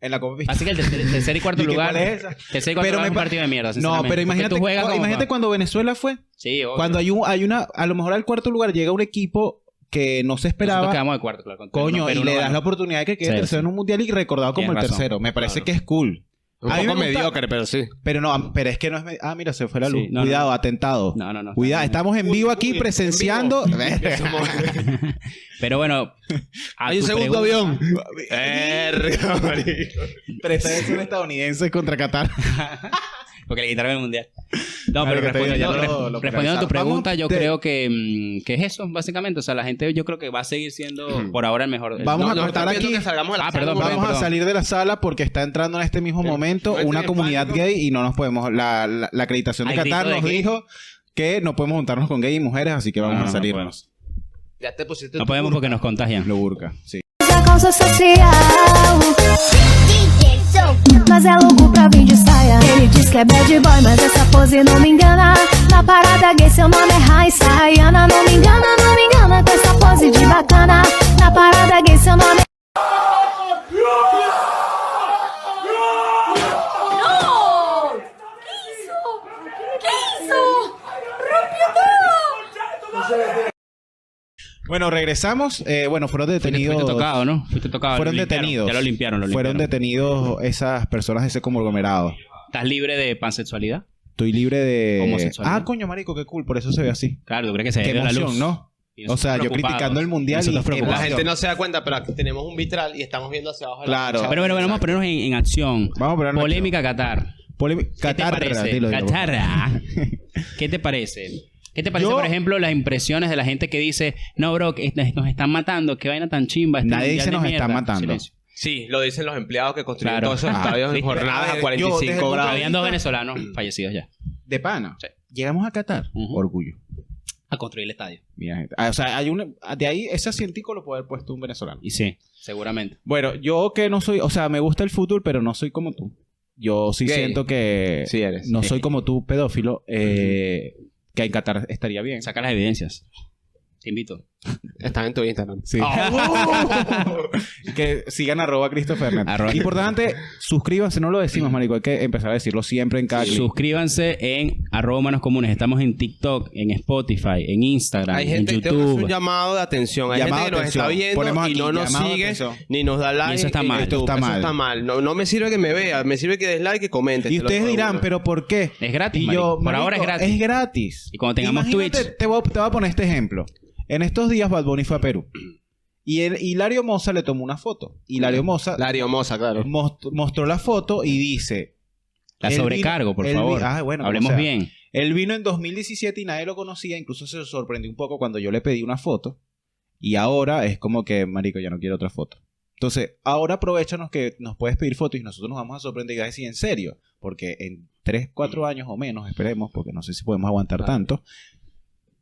Speaker 2: en la Copa Pistón-
Speaker 3: Así que el tercer, tercer y cuarto
Speaker 2: ¿Y qué
Speaker 3: lugar.
Speaker 2: cuál es esa?
Speaker 3: Tercer y cuarto
Speaker 2: Pero
Speaker 3: lugar
Speaker 2: me
Speaker 3: es un
Speaker 2: pa-
Speaker 3: partido de mierda.
Speaker 2: No,
Speaker 3: sinceramente.
Speaker 2: pero
Speaker 3: Porque
Speaker 2: imagínate,
Speaker 3: tú juegas
Speaker 2: cu-
Speaker 3: como-
Speaker 2: imagínate cuando Venezuela fue.
Speaker 3: Sí, obvio.
Speaker 2: Cuando hay, un, hay una, a lo mejor al cuarto lugar llega un equipo que no se
Speaker 3: Nosotros
Speaker 2: esperaba.
Speaker 3: quedamos de cuarto, claro. con Perú,
Speaker 2: Coño,
Speaker 3: no, Perú
Speaker 2: y
Speaker 3: no
Speaker 2: le das
Speaker 3: ganó.
Speaker 2: la oportunidad de que quede
Speaker 3: Sí,
Speaker 2: tercero en un mundial y recordado como el
Speaker 3: Tienes razón.
Speaker 2: tercero. Me parece
Speaker 4: Claro.
Speaker 2: que es cool.
Speaker 4: Un
Speaker 2: A mí
Speaker 4: poco
Speaker 2: me gusta-
Speaker 4: mediocre, pero sí.
Speaker 2: Pero no, ah, pero es que no es. me- Ah, mira, se fue la
Speaker 3: Sí,
Speaker 2: luz.
Speaker 3: no,
Speaker 2: Cuidado,
Speaker 3: no.
Speaker 2: atentado.
Speaker 3: No, no, no.
Speaker 2: Cuidado, estamos en vivo aquí
Speaker 4: Uy, uy,
Speaker 2: presenciando.
Speaker 4: en vivo. Ya somos-
Speaker 3: Pero bueno. a
Speaker 4: Hay un
Speaker 3: tu
Speaker 4: segundo
Speaker 3: pregunta-
Speaker 4: avión. Verga, marico.
Speaker 2: Presencia un estadounidense contra Qatar.
Speaker 3: Porque le quitaron el mundial. No, pero
Speaker 2: Marico, estoy
Speaker 3: respondiendo,
Speaker 2: viendo
Speaker 3: res-
Speaker 2: lo- lo
Speaker 3: respondiendo a tu
Speaker 2: paralizado. Vamos,
Speaker 3: pregunta, yo
Speaker 2: te-
Speaker 3: creo que, mm, que es eso, básicamente. O sea, la gente yo creo que va a seguir siendo por ahora el mejor. el-
Speaker 2: Vamos
Speaker 4: No,
Speaker 2: a
Speaker 4: nos están
Speaker 2: cortar
Speaker 4: pidiendo
Speaker 2: aquí.
Speaker 4: que salgamos a la
Speaker 3: Ah,
Speaker 4: sala.
Speaker 3: perdón,
Speaker 2: Vamos
Speaker 3: perdón,
Speaker 2: a
Speaker 3: perdón.
Speaker 2: salir de la sala porque está entrando en este mismo momento
Speaker 4: no
Speaker 2: una
Speaker 4: estoy
Speaker 2: comunidad
Speaker 4: en pánico.
Speaker 2: gay y no nos podemos. La, la- la acreditación de
Speaker 3: Al grito
Speaker 2: Qatar
Speaker 3: de
Speaker 2: nos
Speaker 3: gay.
Speaker 2: dijo que no podemos juntarnos con gay y mujeres, así que vamos
Speaker 3: No, no,
Speaker 2: a
Speaker 3: no
Speaker 2: salirnos.
Speaker 4: Ya te pusiste
Speaker 3: No
Speaker 4: tu
Speaker 3: podemos porque nos contagian.
Speaker 2: Lo burca, sí.
Speaker 5: Essa calça social. Mas é louco pra vir de saia. Ele diz que é bad boy, mas essa pose não me engana. Na parada gay, seu nome é Raíssa Rayana. Não me engana, não me engana com essa pose de bacana. Na parada gay, seu nome é.
Speaker 2: Bueno, regresamos. Eh, bueno, fueron detenidos.
Speaker 3: Fuiste tocado, ¿no? Fuiste tocado.
Speaker 2: Fueron
Speaker 3: Ah, Lo limpiaron.
Speaker 2: detenidos.
Speaker 3: Ya lo limpiaron, lo
Speaker 2: Fueron
Speaker 3: limpiaron.
Speaker 2: detenidos esas personas de ese conglomerado.
Speaker 3: ¿Estás libre de pansexualidad?
Speaker 2: Estoy libre de.
Speaker 3: Homosexualidad.
Speaker 2: Ah, coño, marico, qué cool. Por eso se ve así.
Speaker 3: Claro, ¿tú crees que se
Speaker 2: Qué
Speaker 3: debe a la
Speaker 2: emoción,
Speaker 3: luz?
Speaker 2: ¿no?
Speaker 3: Y
Speaker 2: O
Speaker 3: nosotros
Speaker 2: sea, yo
Speaker 3: preocupados.
Speaker 2: criticando el mundial y
Speaker 3: Nosotros preocupados.
Speaker 4: La gente no se da cuenta, pero aquí tenemos un vitral y estamos viendo hacia abajo. de la
Speaker 2: Claro.
Speaker 4: cancha.
Speaker 3: Pero bueno, bueno, vamos a ponernos en, en acción.
Speaker 2: Vamos a poner una-
Speaker 3: Polémica Qatar.
Speaker 2: Polémica-
Speaker 3: ¿Qué te
Speaker 2: Catarra,
Speaker 3: parece?
Speaker 2: dilo, dilo.
Speaker 3: Catarra. ¿Qué te parece? ¿Qué te parece,
Speaker 2: Yo-
Speaker 3: por ejemplo, las impresiones de la gente que dice, no, bro, que nos nos están matando, qué vaina tan chimba. este
Speaker 2: Nadie
Speaker 3: mundial
Speaker 2: dice
Speaker 3: de
Speaker 2: nos
Speaker 3: mierda"?
Speaker 2: están matando.
Speaker 3: Silencio.
Speaker 4: Sí, lo dicen los empleados que construyen
Speaker 3: Claro.
Speaker 4: todos esos
Speaker 2: Ah.
Speaker 4: estadios en
Speaker 3: ¿Viste?
Speaker 2: A
Speaker 4: jornadas
Speaker 2: ver,
Speaker 4: a
Speaker 2: yo,
Speaker 4: 45
Speaker 2: desde-
Speaker 4: grados.
Speaker 3: Habían dos venezolanos fallecidos ya.
Speaker 2: De pana.
Speaker 3: Sí.
Speaker 2: Llegamos a Qatar.
Speaker 3: Ujú.
Speaker 2: Orgullo.
Speaker 3: A construir el estadio.
Speaker 2: Mira, gente. Ah, o sea, hay una, de ahí ese asientico lo puede haber puesto un venezolano.
Speaker 3: Y sí, seguramente.
Speaker 2: Bueno, yo que no soy, o sea, me gusta el fútbol, pero no soy como tú. Yo sí
Speaker 4: Gay.
Speaker 2: siento que
Speaker 4: Sí eres.
Speaker 2: no soy como tú, pedófilo. eh, que en Qatar estaría bien.
Speaker 3: Saca las evidencias. Te invito.
Speaker 4: Están en tu Instagram.
Speaker 2: Sí. que sigan arroba Christopher Hernández.
Speaker 3: Arroba-
Speaker 2: Importante, suscríbanse, no lo decimos, marico, hay que empezar a decirlo siempre en cada clip.
Speaker 3: Suscríbanse en arroba manos comunes. Estamos en TikTok, en Spotify, en Instagram,
Speaker 4: Hay
Speaker 3: en
Speaker 4: gente, tengo que hacer
Speaker 3: YouTube.
Speaker 4: un llamado de atención. Hay
Speaker 2: Llamado
Speaker 4: gente que nos
Speaker 2: de
Speaker 4: está
Speaker 2: atención.
Speaker 4: viendo
Speaker 2: Ponemos
Speaker 4: y
Speaker 2: aquí,
Speaker 4: no nos
Speaker 2: llamado de
Speaker 4: sigue
Speaker 2: atención.
Speaker 4: ni nos da like.
Speaker 3: eso está
Speaker 4: en
Speaker 3: mal.
Speaker 4: YouTube.
Speaker 2: Esto está
Speaker 4: Eso
Speaker 2: mal.
Speaker 4: está mal. No, no me sirve que me vea, me sirve que des like y comentes.
Speaker 2: Y
Speaker 4: te lo
Speaker 2: ustedes
Speaker 4: juro.
Speaker 2: dirán, ¿pero por qué?
Speaker 3: Es gratis,
Speaker 2: Y yo,
Speaker 3: marico. Por ahora es gratis.
Speaker 2: Es gratis.
Speaker 3: Y cuando tengamos
Speaker 2: Imagínate,
Speaker 3: Twitch.
Speaker 2: Te voy, a- te voy a poner este ejemplo. En estos días Bad Bunny fue a Perú. Y el, Hilario Moza le tomó una foto. Hilario Moza
Speaker 4: Lario Moza, claro.
Speaker 2: most- mostró la foto y dice...
Speaker 3: La
Speaker 2: él vino-
Speaker 3: sobrecargo, por
Speaker 2: él vi-
Speaker 3: favor.
Speaker 2: Ah, bueno,
Speaker 3: Hablemos
Speaker 2: o sea,
Speaker 3: bien.
Speaker 2: Él vino en 2017 y nadie lo conocía. Incluso se sorprendió un poco cuando yo le pedí una foto. Y ahora es como que, marico, ya no quiero otra foto. Entonces, ahora aprovechanos que nos puedes pedir fotos y nosotros nos vamos a sorprender y vas a decir, en serio. Porque en 3,
Speaker 4: Mm.
Speaker 2: 4 años o menos, esperemos, porque no sé si podemos aguantar tanto,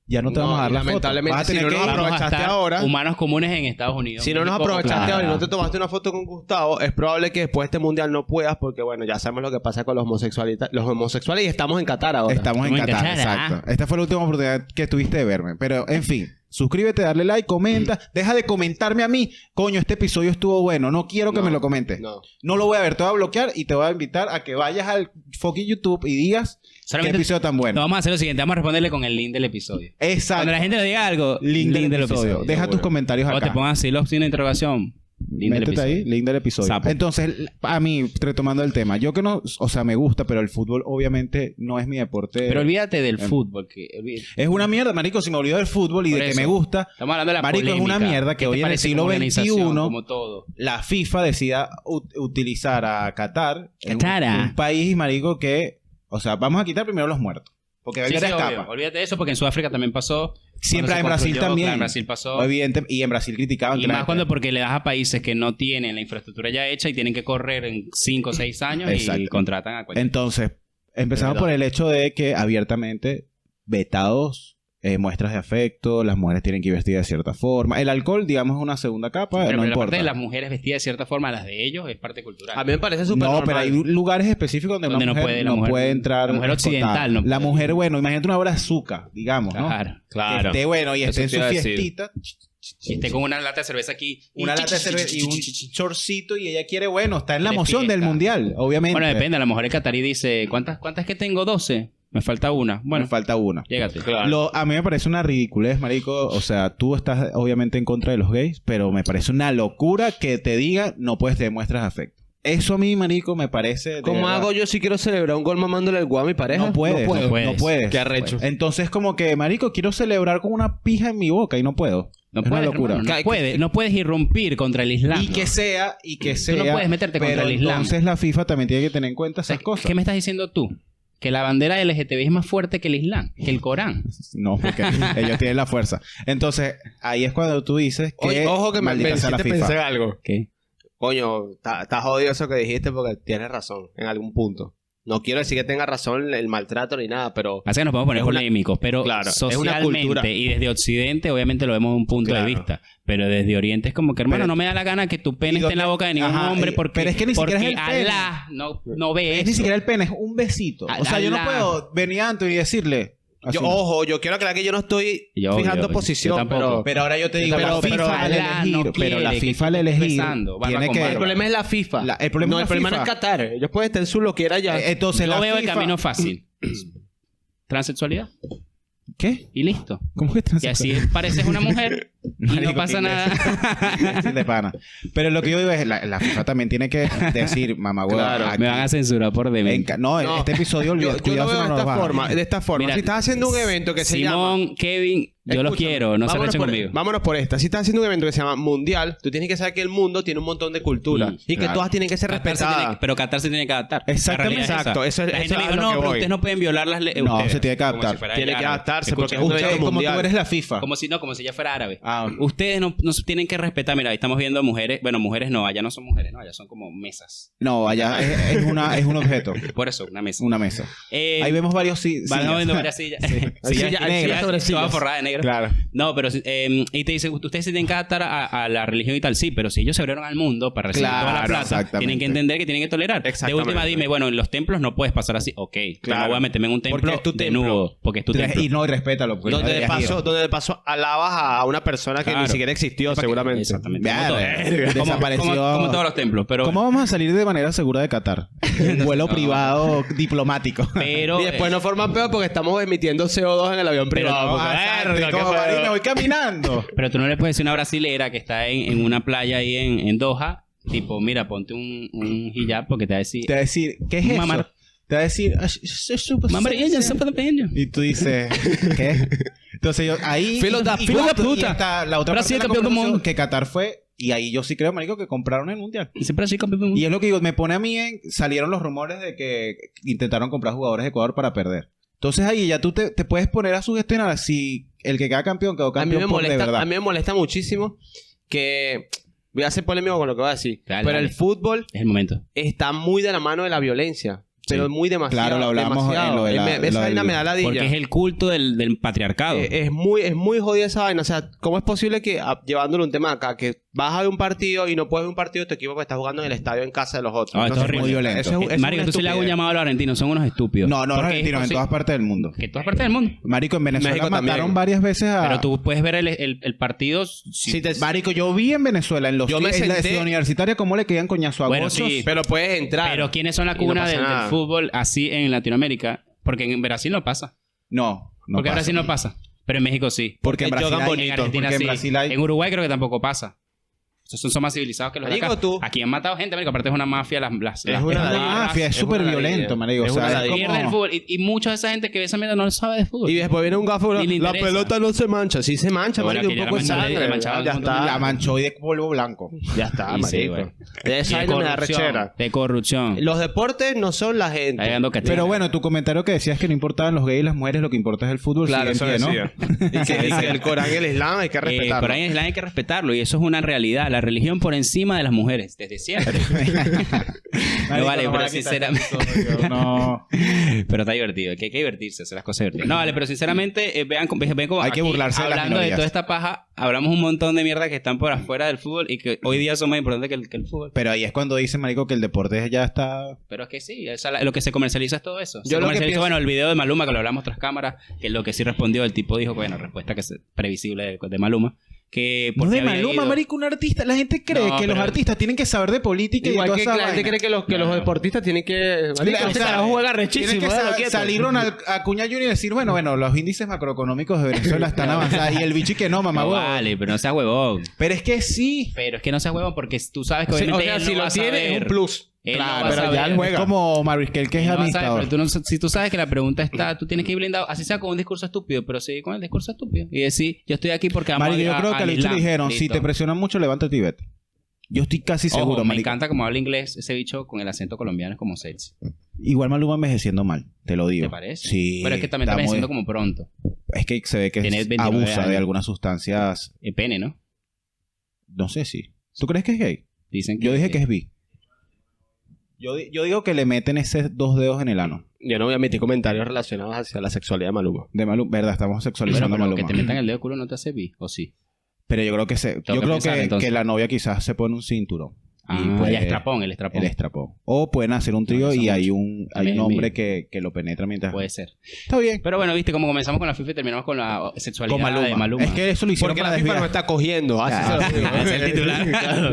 Speaker 2: ya no te
Speaker 4: No,
Speaker 2: vamos a dar
Speaker 4: y
Speaker 2: la foto.
Speaker 4: lamentablemente,
Speaker 2: Vas a
Speaker 4: si
Speaker 2: tener
Speaker 4: no
Speaker 2: que
Speaker 4: nos
Speaker 2: ir-
Speaker 4: vamos aprovechaste
Speaker 3: estar
Speaker 4: ahora.
Speaker 3: Humanos comunes en Estados Unidos.
Speaker 4: Si no nos
Speaker 3: México,
Speaker 4: aprovechaste
Speaker 3: claro.
Speaker 4: ahora y no te tomaste una foto con Gustavo, es probable que después de este mundial no puedas, porque bueno, ya sabemos lo que pasa con los homosexuales, los homosexuales y estamos en Qatar ahora.
Speaker 2: Estamos en
Speaker 3: Estamos en
Speaker 2: Qatar,
Speaker 3: Qatar, ah.
Speaker 2: exacto. Esta fue la última oportunidad que tuviste de verme. Pero, en fin, suscríbete, darle like,
Speaker 4: Mm.
Speaker 2: comenta. Deja de comentarme a mí. Coño, este episodio estuvo bueno. No quiero que
Speaker 4: No,
Speaker 2: me lo comentes. No.
Speaker 4: No.
Speaker 2: lo voy a ver. Te voy a bloquear y te voy a invitar a que vayas al fucking YouTube y digas qué
Speaker 3: Solamente
Speaker 2: episodio tan
Speaker 3: No,
Speaker 2: bueno.
Speaker 3: vamos a hacer lo siguiente. Vamos a responderle con el link del episodio. Cuando
Speaker 2: Exacto.
Speaker 3: la gente nos diga algo,
Speaker 2: Link, del, episodio. Deja
Speaker 3: seguro.
Speaker 2: tus comentarios
Speaker 3: O te
Speaker 2: acá.
Speaker 3: pongan así los signos de interrogación. Link del
Speaker 2: Métete
Speaker 3: episodio.
Speaker 2: ahí, link del episodio.
Speaker 3: Sapo.
Speaker 2: Entonces, a mí, retomando el tema, yo que no, o sea, me gusta, pero el fútbol obviamente no es mi deporte.
Speaker 3: Pero olvídate del
Speaker 2: Em.
Speaker 3: fútbol. Que, olví-
Speaker 2: es una mierda, marico, si me olvidó del fútbol y
Speaker 3: Por
Speaker 2: de que
Speaker 3: eso.
Speaker 2: me gusta,
Speaker 3: Estamos hablando de la
Speaker 2: Marico, es
Speaker 3: polémica.
Speaker 2: una mierda que
Speaker 3: ¿Qué te
Speaker 2: hoy en el
Speaker 3: parece
Speaker 2: siglo
Speaker 3: como organización,
Speaker 2: XXI?
Speaker 3: Como todo.
Speaker 2: la FIFA decida u- utilizar a Qatar, en un-
Speaker 3: Catara.
Speaker 2: Un, país, marico, que... O sea, vamos a quitar primero los muertos. Porque
Speaker 3: Sí,
Speaker 2: Belgrano
Speaker 3: sí,
Speaker 2: escapa.
Speaker 3: obvio. Olvídate de eso porque en Sudáfrica también pasó.
Speaker 2: Siempre
Speaker 3: Cuando
Speaker 2: en
Speaker 3: se
Speaker 2: Brasil
Speaker 3: construyó,
Speaker 2: también.
Speaker 3: claro, En Brasil pasó.
Speaker 2: Evidente, y en Brasil criticaban.
Speaker 3: Y
Speaker 2: que la
Speaker 3: más
Speaker 2: gente-
Speaker 3: cuando porque le das a países que no tienen la infraestructura ya hecha y tienen que correr en 5 o 6 años y
Speaker 2: Exacto.
Speaker 3: contratan a cualquier...
Speaker 2: Entonces, empezamos
Speaker 3: Pero-
Speaker 2: por el hecho pues, de que abiertamente vetados eh, muestras de afecto, las mujeres tienen que ir vestidas de cierta forma. El alcohol, digamos, es una segunda capa,
Speaker 3: pero
Speaker 2: no
Speaker 3: pero la parte
Speaker 2: importa. Ah,
Speaker 3: de las mujeres vestidas de cierta forma, las de ellos, es parte cultural.
Speaker 4: A mí me parece
Speaker 2: No,
Speaker 4: súper
Speaker 2: pero hay lugares específicos donde,
Speaker 3: Donde
Speaker 2: una
Speaker 3: no
Speaker 2: mujer no
Speaker 3: puede,
Speaker 2: puede,
Speaker 3: la mujer-
Speaker 2: entrar.
Speaker 3: la mujer
Speaker 2: escotada.
Speaker 3: occidental no
Speaker 2: La
Speaker 3: puede.
Speaker 2: mujer, bueno, imagínate una brazuca, digamos, ¿no? Este,
Speaker 3: Claro.
Speaker 2: Que esté bueno y
Speaker 6: Eso
Speaker 2: esté en
Speaker 6: te
Speaker 2: su
Speaker 6: iba a decir.
Speaker 2: fiestita,
Speaker 3: Y esté con una lata de cerveza aquí. y
Speaker 2: una
Speaker 3: chi,
Speaker 2: lata de
Speaker 3: chi,
Speaker 2: cerveza
Speaker 3: chi,
Speaker 2: y
Speaker 3: chi,
Speaker 2: un
Speaker 3: chi, chi, chi.
Speaker 2: chorcito y ella quiere, bueno, está en la
Speaker 3: Tiene
Speaker 2: emoción del
Speaker 3: fiesta.
Speaker 2: mundial, obviamente.
Speaker 3: Bueno, depende. A lo mejor el catarí dice, ¿cuántas, cuántas que tengo? 12. Me falta una.
Speaker 2: Bueno,
Speaker 3: Bueno,
Speaker 2: falta una.
Speaker 3: llégate.
Speaker 2: Lo- a mí me parece una ridiculez, marico. O sea, tú estás obviamente en contra de los gays, pero me parece una locura que te diga no puedes te demuestras afecto. Eso a mí, marico, me parece. de
Speaker 4: ¿Cómo
Speaker 2: verdad,
Speaker 4: hago yo si quiero celebrar un gol mamándole el gol a mi pareja?
Speaker 2: No puedes, no puedes.
Speaker 3: puedo.
Speaker 2: No
Speaker 3: puedes.
Speaker 2: puedes.
Speaker 4: Qué arrecho.
Speaker 2: Entonces, como que, marico, quiero celebrar con una pija en mi boca y no puedo.
Speaker 3: No
Speaker 2: es una
Speaker 3: puedes,
Speaker 2: locura.
Speaker 3: hermano, no, puedes, no puedes irrumpir contra el Islam.
Speaker 2: y que sea, y que sea.
Speaker 3: no puedes meterte contra
Speaker 2: pero
Speaker 3: el Islam.
Speaker 2: Entonces, la FIFA también tiene que tener en cuenta esas cosas.
Speaker 3: ¿Qué me estás diciendo tú? Que la bandera LGTB es más fuerte que el Islam, que el Corán.
Speaker 2: No, porque ellos tienen la fuerza. Entonces, ahí es cuando tú dices que.
Speaker 4: Oye, ojo que me
Speaker 2: maldita sea la
Speaker 4: hiciste
Speaker 2: FIFA.
Speaker 4: pensar algo.
Speaker 3: ¿Qué?
Speaker 4: Coño, está está jodido eso que dijiste porque tienes razón en algún punto. No quiero decir que tenga razón el maltrato ni nada, pero
Speaker 3: Así que nos podemos poner
Speaker 4: Es una-
Speaker 3: polémicos, pero
Speaker 4: claro, es una
Speaker 3: socialmente
Speaker 4: cultura.
Speaker 3: y desde Occidente obviamente lo vemos desde un punto
Speaker 4: Claro.
Speaker 3: de vista, pero desde Oriente es como que hermano
Speaker 2: Pero-
Speaker 3: no me da la gana que tu pene
Speaker 2: Y
Speaker 3: esté en la
Speaker 2: donde-
Speaker 3: boca de ningún
Speaker 2: Ajá,
Speaker 3: hombre
Speaker 2: y-
Speaker 3: porque,
Speaker 2: pero es que ni siquiera es
Speaker 3: porque
Speaker 2: el pene.
Speaker 3: Alá no, no ve
Speaker 2: Es
Speaker 3: eso.
Speaker 2: ni siquiera el pene, es un besito.
Speaker 3: Al- oh,
Speaker 2: O sea, yo no
Speaker 3: al-
Speaker 2: puedo venir antes y decirle. así
Speaker 4: yo,
Speaker 2: no.
Speaker 4: ojo, yo quiero aclarar que yo no estoy
Speaker 3: Yo-
Speaker 4: fijando
Speaker 3: yo- yo
Speaker 4: posición,
Speaker 3: tampoco.
Speaker 4: pero
Speaker 2: pero ahora yo te digo,
Speaker 4: Pero-
Speaker 2: la
Speaker 4: pero
Speaker 2: FIFA al
Speaker 3: Alá
Speaker 2: elegir,
Speaker 3: no
Speaker 2: pero la
Speaker 3: quiere que
Speaker 2: FIFA al
Speaker 3: estés
Speaker 2: elegir
Speaker 3: besando, van a
Speaker 2: tiene que
Speaker 3: comer.
Speaker 4: el problema es la FIFA.
Speaker 2: La- el problema
Speaker 4: no,
Speaker 2: es la
Speaker 4: el problema
Speaker 2: FIFA.
Speaker 4: es Qatar. Ellos pueden estar en su lo que era ya.
Speaker 2: Eh, entonces
Speaker 3: Yo
Speaker 2: la
Speaker 3: veo el
Speaker 2: FIFA-
Speaker 3: camino fácil. Transexualidad
Speaker 2: ¿Qué?
Speaker 3: y listo.
Speaker 2: ¿Cómo que
Speaker 3: Y así pareces una mujer y
Speaker 2: Marico,
Speaker 3: no pasa
Speaker 2: qué
Speaker 3: nada.
Speaker 2: así de pana. Pero lo que yo digo es la, la FIFA también tiene que decir, mamá hueva,
Speaker 4: Claro,
Speaker 2: aquí-
Speaker 3: Me van a censurar por
Speaker 2: en
Speaker 3: demente.
Speaker 2: ca- no,
Speaker 4: No,
Speaker 2: este episodio
Speaker 4: yo,
Speaker 2: olvida,
Speaker 4: yo
Speaker 2: cuidado
Speaker 4: lo
Speaker 2: si
Speaker 4: veo
Speaker 2: no
Speaker 4: de
Speaker 2: nos
Speaker 4: esta
Speaker 2: bajan.
Speaker 4: forma, de esta forma.
Speaker 3: Mira,
Speaker 4: si estás haciendo un evento que se llama
Speaker 3: Simón, Kevin, yo los
Speaker 4: Escúchame,
Speaker 3: quiero, no se
Speaker 4: vámonos
Speaker 3: arrechen
Speaker 4: por-
Speaker 3: conmigo.
Speaker 4: Vámonos por esta. Si estás haciendo un evento que se llama Mundial, tú tienes que saber que el mundo tiene un montón de culturas
Speaker 3: Mm,
Speaker 4: y que
Speaker 2: claro.
Speaker 4: todas tienen que ser
Speaker 3: Qatar se
Speaker 4: respetadas.
Speaker 3: tiene- pero Qatar se tiene que adaptar.
Speaker 2: Exactamente.
Speaker 3: La realidad es
Speaker 4: Exacto,
Speaker 3: esa.
Speaker 4: eso es-
Speaker 3: La
Speaker 4: eso
Speaker 3: gente
Speaker 4: es
Speaker 3: me
Speaker 4: a
Speaker 3: dijo,
Speaker 4: lo
Speaker 3: no,
Speaker 4: que
Speaker 3: pero
Speaker 4: voy".
Speaker 3: ustedes no pueden violar las leyes.
Speaker 2: No, se tiene que adaptar.
Speaker 4: Tiene que adaptarse porque es un
Speaker 2: Ustedes,
Speaker 4: evento
Speaker 2: como tú
Speaker 4: mundial.
Speaker 2: eres la FIFA.
Speaker 3: Como si no, como si ya fuera árabe.
Speaker 2: Ah, ok.
Speaker 3: Ustedes no, no se tienen que respetar. Mira, ahí estamos viendo mujeres. Bueno, mujeres no, allá no son mujeres, no, allá son como mesas.
Speaker 2: no, allá es, es una, es un objeto,
Speaker 3: Por eso, una mesa.
Speaker 2: una mesa.
Speaker 3: Eh,
Speaker 2: Ahí vemos varios sí.
Speaker 3: van
Speaker 2: sillas.
Speaker 3: viendo varias sillas.
Speaker 2: Sillas
Speaker 3: Sillas-
Speaker 2: negras.
Speaker 3: sillas- todas forradas de negro. negros.
Speaker 2: Claro.
Speaker 3: No, pero si- eh, y te dicen, ustedes se tienen que adaptar a, a la religión y tal, sí, pero si ellos se abrieron al mundo para recibir
Speaker 4: Claro,
Speaker 3: toda la plata,
Speaker 2: exactamente.
Speaker 3: tienen que entender que tienen que tolerar. De
Speaker 4: Exactamente.
Speaker 3: última dime, bueno, en los templos no puedes pasar así, ok, claro,
Speaker 4: Claro.
Speaker 3: voy a meterme en un templo
Speaker 4: Porque es tu templo.
Speaker 3: desnudo, porque es tu templo.
Speaker 2: Y no, y respétalo. porque no
Speaker 4: Donde de,
Speaker 2: deberías
Speaker 4: paso,
Speaker 2: ir.
Speaker 4: donde de paso alabas a una persona que
Speaker 3: Claro.
Speaker 4: ni siquiera existió, seguramente.
Speaker 3: Exactamente. Como,
Speaker 2: Verga,
Speaker 3: todo. Como-
Speaker 2: desapareció.
Speaker 3: como- como todos los templos, pero...
Speaker 2: ¿Cómo vamos a salir de manera segura de Qatar? Un vuelo privado diplomático.
Speaker 3: pero
Speaker 4: Y después no eh. forman peor porque estamos emitiendo CO2 en el avión
Speaker 3: Pero
Speaker 4: privado.
Speaker 3: no,
Speaker 4: porque,
Speaker 3: ah,
Speaker 4: verga,
Speaker 2: Como,
Speaker 4: qué
Speaker 2: "Mari,
Speaker 4: feo".
Speaker 2: me voy caminando.
Speaker 3: Pero tú no le puedes decir a una brasilera que está en, en una playa ahí en, en Doha, tipo, mira, ponte un, un hijab porque te va a decir...
Speaker 2: Te va a decir, ¿qué es eso?
Speaker 3: Mamar.
Speaker 2: Te va a decir, "Ah, sh- sh- sh-
Speaker 3: Mamá, ella, sopa de ella".
Speaker 2: Y tú dices, ¿qué? Entonces yo, ahí.
Speaker 3: Filo da-
Speaker 2: y- y
Speaker 3: filo da
Speaker 2: justo- y
Speaker 3: puta.
Speaker 2: está la otra
Speaker 3: Brasil
Speaker 2: parte de la
Speaker 3: campeón del
Speaker 2: conversación,
Speaker 3: mundo.
Speaker 2: Que Qatar fue. Y ahí yo sí creo, marico, que compraron el mundial.
Speaker 3: Y siempre así, campeón del mundo.
Speaker 2: Y es lo que digo, me pone a mí en. Salieron los rumores de que intentaron comprar jugadores de Ecuador para perder. Entonces ahí ya tú te, te puedes poner a sugestionar si el que queda campeón quedó
Speaker 4: a mí
Speaker 2: campeón
Speaker 4: me
Speaker 2: por de
Speaker 4: molesta,
Speaker 2: verdad.
Speaker 4: a mí me molesta muchísimo que voy a ser polémico con lo que voy a decir,
Speaker 3: Dale,
Speaker 4: pero
Speaker 3: dale.
Speaker 4: el fútbol
Speaker 3: Es el momento.
Speaker 4: está muy de la mano de la violencia, pero muy demasiado.
Speaker 2: Claro, lo hablábamos
Speaker 4: demasiado.
Speaker 2: en lo de la-
Speaker 4: Me-
Speaker 2: lo
Speaker 4: esa
Speaker 2: del-
Speaker 4: vaina me da ladilla.
Speaker 3: Porque es el culto del, del patriarcado.
Speaker 4: Eh, es muy es muy jodida esa vaina, o sea, ¿cómo es posible que a- llevándole un tema acá que vas a ver un partido y no puedes ver un partido de tu equipo que está jugando en el estadio en casa de los otros?
Speaker 3: Ah, esto es
Speaker 4: No sé,
Speaker 3: horrible.
Speaker 2: muy violento.
Speaker 4: Eso es, un-
Speaker 3: Eh,
Speaker 4: eso
Speaker 3: Marico,
Speaker 4: es
Speaker 3: tú
Speaker 4: una
Speaker 3: sí le hago un
Speaker 4: estupidez.
Speaker 3: llamado a los argentinos, son unos estúpidos.
Speaker 2: No, no,
Speaker 3: Porque es
Speaker 2: argentino, en
Speaker 3: así,
Speaker 2: todas partes del mundo.
Speaker 3: Que en todas partes del mundo.
Speaker 2: Marico, en Venezuela
Speaker 4: México
Speaker 2: mataron
Speaker 4: también.
Speaker 2: varias veces
Speaker 4: Ah.
Speaker 2: a.
Speaker 3: Pero tú puedes ver el, el, el partido. si-
Speaker 4: Si te-
Speaker 2: Marico, yo vi en Venezuela, en los
Speaker 4: Yo me
Speaker 2: en la
Speaker 4: senté-
Speaker 2: ciudad universitaria, cómo le quedan coñazo a
Speaker 3: Bueno,
Speaker 2: gozos.
Speaker 3: sí.
Speaker 4: pero puedes entrar.
Speaker 3: Pero ¿quiénes son la
Speaker 4: Y no
Speaker 3: cuna
Speaker 4: pasa
Speaker 3: del, del
Speaker 4: nada.
Speaker 3: fútbol así en Latinoamérica? Porque en Brasil no pasa.
Speaker 2: No, no
Speaker 3: porque
Speaker 2: pasa.
Speaker 3: en Brasil no pasa. Pero en México sí.
Speaker 2: Porque en
Speaker 4: Porque
Speaker 2: Brasil hay-
Speaker 4: juegan
Speaker 3: en
Speaker 4: bonito,
Speaker 3: Argentina
Speaker 2: porque en
Speaker 3: sí.
Speaker 2: Brasil hay-
Speaker 3: En Uruguay creo que tampoco pasa. Esos son, son más civilizados que los de
Speaker 4: Marico,
Speaker 3: acá.
Speaker 4: tú-
Speaker 3: Aquí han matado gente, marico. Aparte es una mafia. Las, las,
Speaker 4: Es
Speaker 3: las-
Speaker 4: una
Speaker 3: las-
Speaker 2: Es una
Speaker 4: ladilla.
Speaker 2: mafia, es
Speaker 4: Es una
Speaker 2: súper
Speaker 4: ladilla.
Speaker 2: violento, marico. O
Speaker 4: Es
Speaker 2: sea,
Speaker 4: una
Speaker 2: es
Speaker 4: ladilla.
Speaker 2: como-
Speaker 3: pierde el fútbol. Y, y mucha de esa gente que ve esa mierda no sabe de fútbol.
Speaker 4: Y después viene un gafo
Speaker 3: Ni le
Speaker 4: la
Speaker 3: interesa.
Speaker 4: pelota no se mancha. Sí se mancha,
Speaker 3: Bueno,
Speaker 4: marico,
Speaker 3: que
Speaker 4: un
Speaker 3: ya la
Speaker 4: poco de
Speaker 3: mancharon,
Speaker 4: sangre.
Speaker 3: la mancharon
Speaker 4: ya
Speaker 3: un montón
Speaker 4: está.
Speaker 2: La manchó hoy de polvo blanco.
Speaker 4: Ya está,
Speaker 3: Y sí,
Speaker 4: marico.
Speaker 3: güey. Y
Speaker 4: Esa
Speaker 3: de
Speaker 4: vaina me da
Speaker 3: corrupción,
Speaker 4: rechera.
Speaker 3: De corrupción.
Speaker 4: Los deportes no son la gente.
Speaker 3: Está llegando Catrina.
Speaker 2: Pero bueno, tu comentario que decías que no importaban los gays y las mujeres, lo que importa es el fútbol.
Speaker 4: Claro, eso
Speaker 2: sigue en pie,
Speaker 4: decía. Y que, y que el Corán y el Islam hay que
Speaker 3: Eh,
Speaker 4: respetarlo.
Speaker 3: por ahí en Islam hay que respetarlo y eso es una realidad. La religión por encima de las mujeres, desde siempre.
Speaker 2: Marico,
Speaker 3: no vale,
Speaker 2: nos van a
Speaker 3: pero
Speaker 2: quitar ¿no?
Speaker 3: sinceramente.
Speaker 2: No.
Speaker 3: pero está divertido, que hay que divertirse, hacer las cosas divertidas. No vale, pero sinceramente, eh, vean, con- vean, como
Speaker 2: Hay que
Speaker 3: aquí,
Speaker 2: burlarse de las
Speaker 3: Hablando de
Speaker 2: minorías.
Speaker 3: toda esta paja, hablamos un montón de mierda que están por afuera del fútbol y que hoy día son más importantes que el, que el fútbol.
Speaker 2: Pero ahí es cuando dicen, marico, que el deporte ya está...
Speaker 3: Pero es que sí, esa la- lo que se comercializa es todo eso. Se
Speaker 4: Yo lo que
Speaker 3: comercializa,
Speaker 4: pienso-
Speaker 3: bueno, el video de Maluma que lo hablamos tras cámaras, que lo que sí respondió, el tipo dijo, bueno, respuesta que es previsible de, de Maluma. Que
Speaker 2: No
Speaker 3: porque
Speaker 2: de
Speaker 3: había
Speaker 2: Maluma,
Speaker 3: ido-
Speaker 2: marico, un artista. La gente cree
Speaker 3: No,
Speaker 2: que los
Speaker 3: pero-
Speaker 2: artistas tienen que saber de política y
Speaker 4: Igual
Speaker 2: de
Speaker 4: que
Speaker 2: toda
Speaker 4: la
Speaker 2: esa
Speaker 4: gente
Speaker 2: vaina.
Speaker 4: cree que los, que los deportistas tienen que...
Speaker 2: Claro,
Speaker 4: Marico,
Speaker 2: o sea,
Speaker 4: carajo juega
Speaker 2: Tienes
Speaker 4: rechísimo.
Speaker 2: que
Speaker 4: déjalo
Speaker 2: sa-
Speaker 4: quieto.
Speaker 2: salieron al, a Cuña Junior y decir, bueno, bueno, los índices macroeconómicos de Venezuela están avanzados. Y el bicho y que no, mamá,
Speaker 3: No
Speaker 2: huevo.
Speaker 3: vale, pero no seas huevón.
Speaker 2: Pero es que sí.
Speaker 3: Pero es que no seas huevón porque tú sabes que
Speaker 4: Sí,
Speaker 3: obviamente
Speaker 4: o sea,
Speaker 3: él
Speaker 4: si
Speaker 3: no va
Speaker 4: lo
Speaker 3: a
Speaker 4: tiene es
Speaker 3: saber.
Speaker 4: un plus.
Speaker 3: Él no
Speaker 4: Claro,
Speaker 3: va a
Speaker 4: pero ya
Speaker 3: saber.
Speaker 4: él juega.
Speaker 2: Es como Marisquel, que es
Speaker 3: Él no va a saber,
Speaker 2: administrador.
Speaker 3: pero tú no sa- si tú sabes que la pregunta está, tú tienes que ir blindado, así sea con un discurso estúpido, pero sí con el discurso estúpido. Y decir, yo estoy aquí porque amo
Speaker 2: Marico,
Speaker 3: a-
Speaker 2: yo creo
Speaker 3: a-
Speaker 2: que al
Speaker 3: al
Speaker 2: bicho le
Speaker 3: Islam.
Speaker 2: dijeron, si
Speaker 3: Listo.
Speaker 2: te presionan mucho, levántate y vete. Yo estoy casi
Speaker 3: Ojo,
Speaker 2: seguro,
Speaker 3: me
Speaker 2: marico.
Speaker 3: encanta como habla inglés ese bicho con el acento colombiano, es como sexy.
Speaker 2: Igual Maluma envejeciendo mal, te lo digo.
Speaker 3: ¿Te parece?
Speaker 2: Sí.
Speaker 3: Pero es que también está
Speaker 2: está muy-
Speaker 3: diciendo como pronto.
Speaker 2: Es que se ve que
Speaker 3: Tiene 29
Speaker 2: abusa
Speaker 3: años.
Speaker 2: de algunas sustancias,
Speaker 3: El eh, pene, ¿no?
Speaker 2: no sé si. ¿Tú crees que es gay?
Speaker 3: Dicen
Speaker 2: Yo dije que es bi. Yo, di- yo digo que le meten esos dos dedos en el ano.
Speaker 4: Yo no voy a emitir comentarios relacionados hacia la sexualidad de Maluma.
Speaker 2: De Maluma, verdad, estamos
Speaker 3: Bueno,
Speaker 2: sexualizando
Speaker 3: pero
Speaker 2: a Maluma.
Speaker 3: que te metan el dedo de culo no te hace bi, ¿o sí?
Speaker 2: Pero yo creo que se,
Speaker 3: Tengo
Speaker 2: yo
Speaker 3: que
Speaker 2: creo
Speaker 3: pensar,
Speaker 2: que- que,
Speaker 3: entonces.
Speaker 2: la novia quizás se pone un cinturón.
Speaker 3: Ah,
Speaker 2: Y puede-
Speaker 3: el estrapón, el estrapón.
Speaker 2: eh, El estrapón. O pueden hacer un trío
Speaker 3: No, eso
Speaker 2: y
Speaker 3: mucho.
Speaker 2: hay un, hay
Speaker 3: También
Speaker 2: un
Speaker 3: es Pues.
Speaker 2: hombre
Speaker 3: mío.
Speaker 2: que, que lo penetra mientras.
Speaker 3: Puede ser.
Speaker 2: Está bien.
Speaker 3: Pero bueno, viste, como comenzamos con la FIFA y terminamos con la sexualidad
Speaker 2: Con Maluma.
Speaker 3: de Maluma.
Speaker 2: Es que eso lo hicieron
Speaker 4: Porque
Speaker 2: para
Speaker 4: la FIFA no
Speaker 2: desviar.
Speaker 4: está cogiendo. así
Speaker 2: Claro.
Speaker 4: se lo digo. ¿eh?
Speaker 3: es el titular.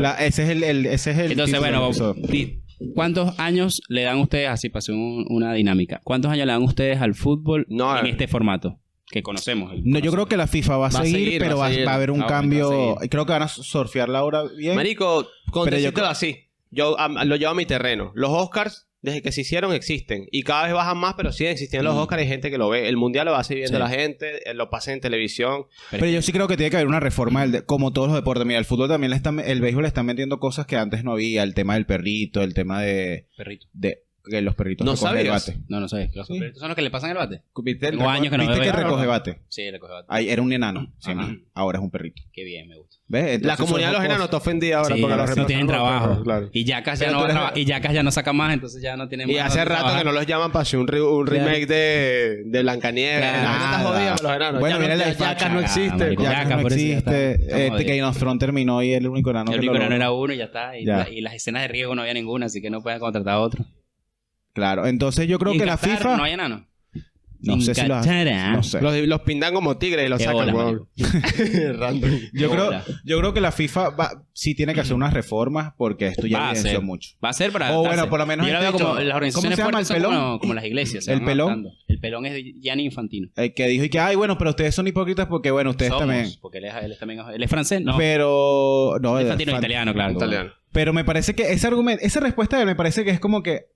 Speaker 2: La- ese es el, el- ese es el
Speaker 3: Entonces,
Speaker 2: título del
Speaker 3: bueno,
Speaker 2: episodio.
Speaker 3: di- ¿cuántos años le dan ustedes, así pasó un- una dinámica, ¿cuántos años le dan ustedes al fútbol
Speaker 4: No,
Speaker 3: en
Speaker 4: eh.
Speaker 3: este formato que conocemos?
Speaker 2: No, yo creo que la FIFA va a
Speaker 4: Va a
Speaker 2: seguir,
Speaker 4: seguir,
Speaker 2: pero
Speaker 4: va a
Speaker 2: va,
Speaker 4: seguir.
Speaker 2: va a haber un
Speaker 3: Ah, bueno, va a
Speaker 2: cambio.
Speaker 3: seguir.
Speaker 2: Creo que van a surfear la hora bien.
Speaker 4: Marico, contéstetelo
Speaker 2: creo-
Speaker 4: así. Yo am, lo llevo a mi terreno. Los Oscars, desde que se hicieron, existen. Y cada vez bajan más, pero siguen existiendo los Oscars. Hay gente que lo ve. El Mundial lo va siguiendo
Speaker 3: Mm. Sí.
Speaker 4: la gente. eh, Lo pasa en televisión.
Speaker 2: pero yo sí creo que tiene que haber una reforma, del de- como todos los deportes. Mira, el fútbol también le están, el béisbol le están metiendo cosas que antes no había. El tema del perrito, el tema de,
Speaker 3: Perrito.
Speaker 2: de que los perritos
Speaker 4: No
Speaker 2: recogen el
Speaker 4: sabías.
Speaker 2: bate.
Speaker 3: No, no sabes. Los
Speaker 2: Sí.
Speaker 3: perritos son los que le pasan el bate.
Speaker 2: ¿Viste,
Speaker 3: Tengo años que no
Speaker 2: ¿viste
Speaker 3: veo eso.
Speaker 2: recoge bate?
Speaker 3: Sí, le coge bate.
Speaker 2: Ahí era un enano, sí,
Speaker 3: Ajá.
Speaker 2: man. ahora es un perrito.
Speaker 3: Qué bien, me gusta.
Speaker 2: ¿Ves?
Speaker 4: La
Speaker 2: Entonces,
Speaker 4: comunidad
Speaker 2: son
Speaker 4: de los
Speaker 2: dos
Speaker 4: enanos está
Speaker 2: cosas.
Speaker 4: ofendida ahora
Speaker 3: Sí,
Speaker 4: porque los
Speaker 3: no
Speaker 4: reemplazan
Speaker 3: tienen
Speaker 4: por los
Speaker 3: trabajo.
Speaker 4: perros, claro.
Speaker 3: Y Jackass ya
Speaker 2: Pero
Speaker 3: no
Speaker 2: tú
Speaker 3: va a
Speaker 2: eres-
Speaker 3: traba- y Jackass ya no saca más, entonces ya no tiene más.
Speaker 4: Y hace
Speaker 3: dónde
Speaker 4: rato que
Speaker 3: trabajar.
Speaker 4: no los llaman para hacer un, re- un remake de, de Blancanieves.
Speaker 3: Claro.
Speaker 4: La gente está jodida con los enanos.
Speaker 2: Bueno,
Speaker 4: Ya no-
Speaker 2: mira la
Speaker 4: ya-
Speaker 2: de
Speaker 4: ya acá
Speaker 2: Facha.
Speaker 4: no
Speaker 3: Ah,
Speaker 4: existe.
Speaker 3: marico,
Speaker 4: Ya-
Speaker 2: Ya que
Speaker 3: Jackass,
Speaker 2: no
Speaker 3: pobrecito,
Speaker 2: existe.
Speaker 3: está- está
Speaker 2: Este
Speaker 3: jodido.
Speaker 2: Game of Thrones terminó y el único enano
Speaker 3: El
Speaker 2: que lo
Speaker 3: único no
Speaker 2: logró.
Speaker 3: era uno y ya está. Y,
Speaker 2: Ya.
Speaker 3: la- y las escenas de riesgo no había ninguna, así que no pueden contratar a otro.
Speaker 2: Claro, entonces yo creo
Speaker 3: Y en
Speaker 2: que la
Speaker 3: Qatar
Speaker 2: FIFA...
Speaker 3: No hay enano.
Speaker 2: No sé
Speaker 3: En
Speaker 2: si lo hace.
Speaker 3: Qatar, ¿ah?
Speaker 2: No sé.
Speaker 4: Los, los pintan como tigres y los
Speaker 3: Qué
Speaker 4: sacan,
Speaker 3: bola,
Speaker 4: weón. Random.
Speaker 2: Yo creo,
Speaker 3: Hola.
Speaker 2: yo creo que la FIFA va- sí tiene que hacer unas reformas porque esto
Speaker 3: Va
Speaker 2: ya
Speaker 3: a
Speaker 2: evidenció
Speaker 3: ser.
Speaker 2: mucho.
Speaker 3: Va a ser para.
Speaker 2: O
Speaker 3: adaptarse.
Speaker 2: bueno, por lo menos
Speaker 3: Yo la veo
Speaker 2: este
Speaker 3: como
Speaker 2: hecho.
Speaker 3: las
Speaker 2: ¿Cómo
Speaker 3: organizaciones
Speaker 2: se llama el
Speaker 3: fuertes son
Speaker 2: pelón?
Speaker 3: Como, como las iglesias. se
Speaker 2: ¿El
Speaker 3: van
Speaker 2: pelón?
Speaker 3: adaptando. El pelón es de Gianni Infantino.
Speaker 2: El que dijo y que, ay, bueno, pero ustedes son hipócritas porque, bueno, ustedes
Speaker 3: Somos,
Speaker 2: también.
Speaker 3: Porque él es, él es también. Él es francés, no.
Speaker 2: Pero, no,
Speaker 3: Infantino es
Speaker 2: fan-
Speaker 3: italiano, claro.
Speaker 4: Italiano.
Speaker 2: Pero me parece que ese argumento, esa respuesta de él me parece que es como que,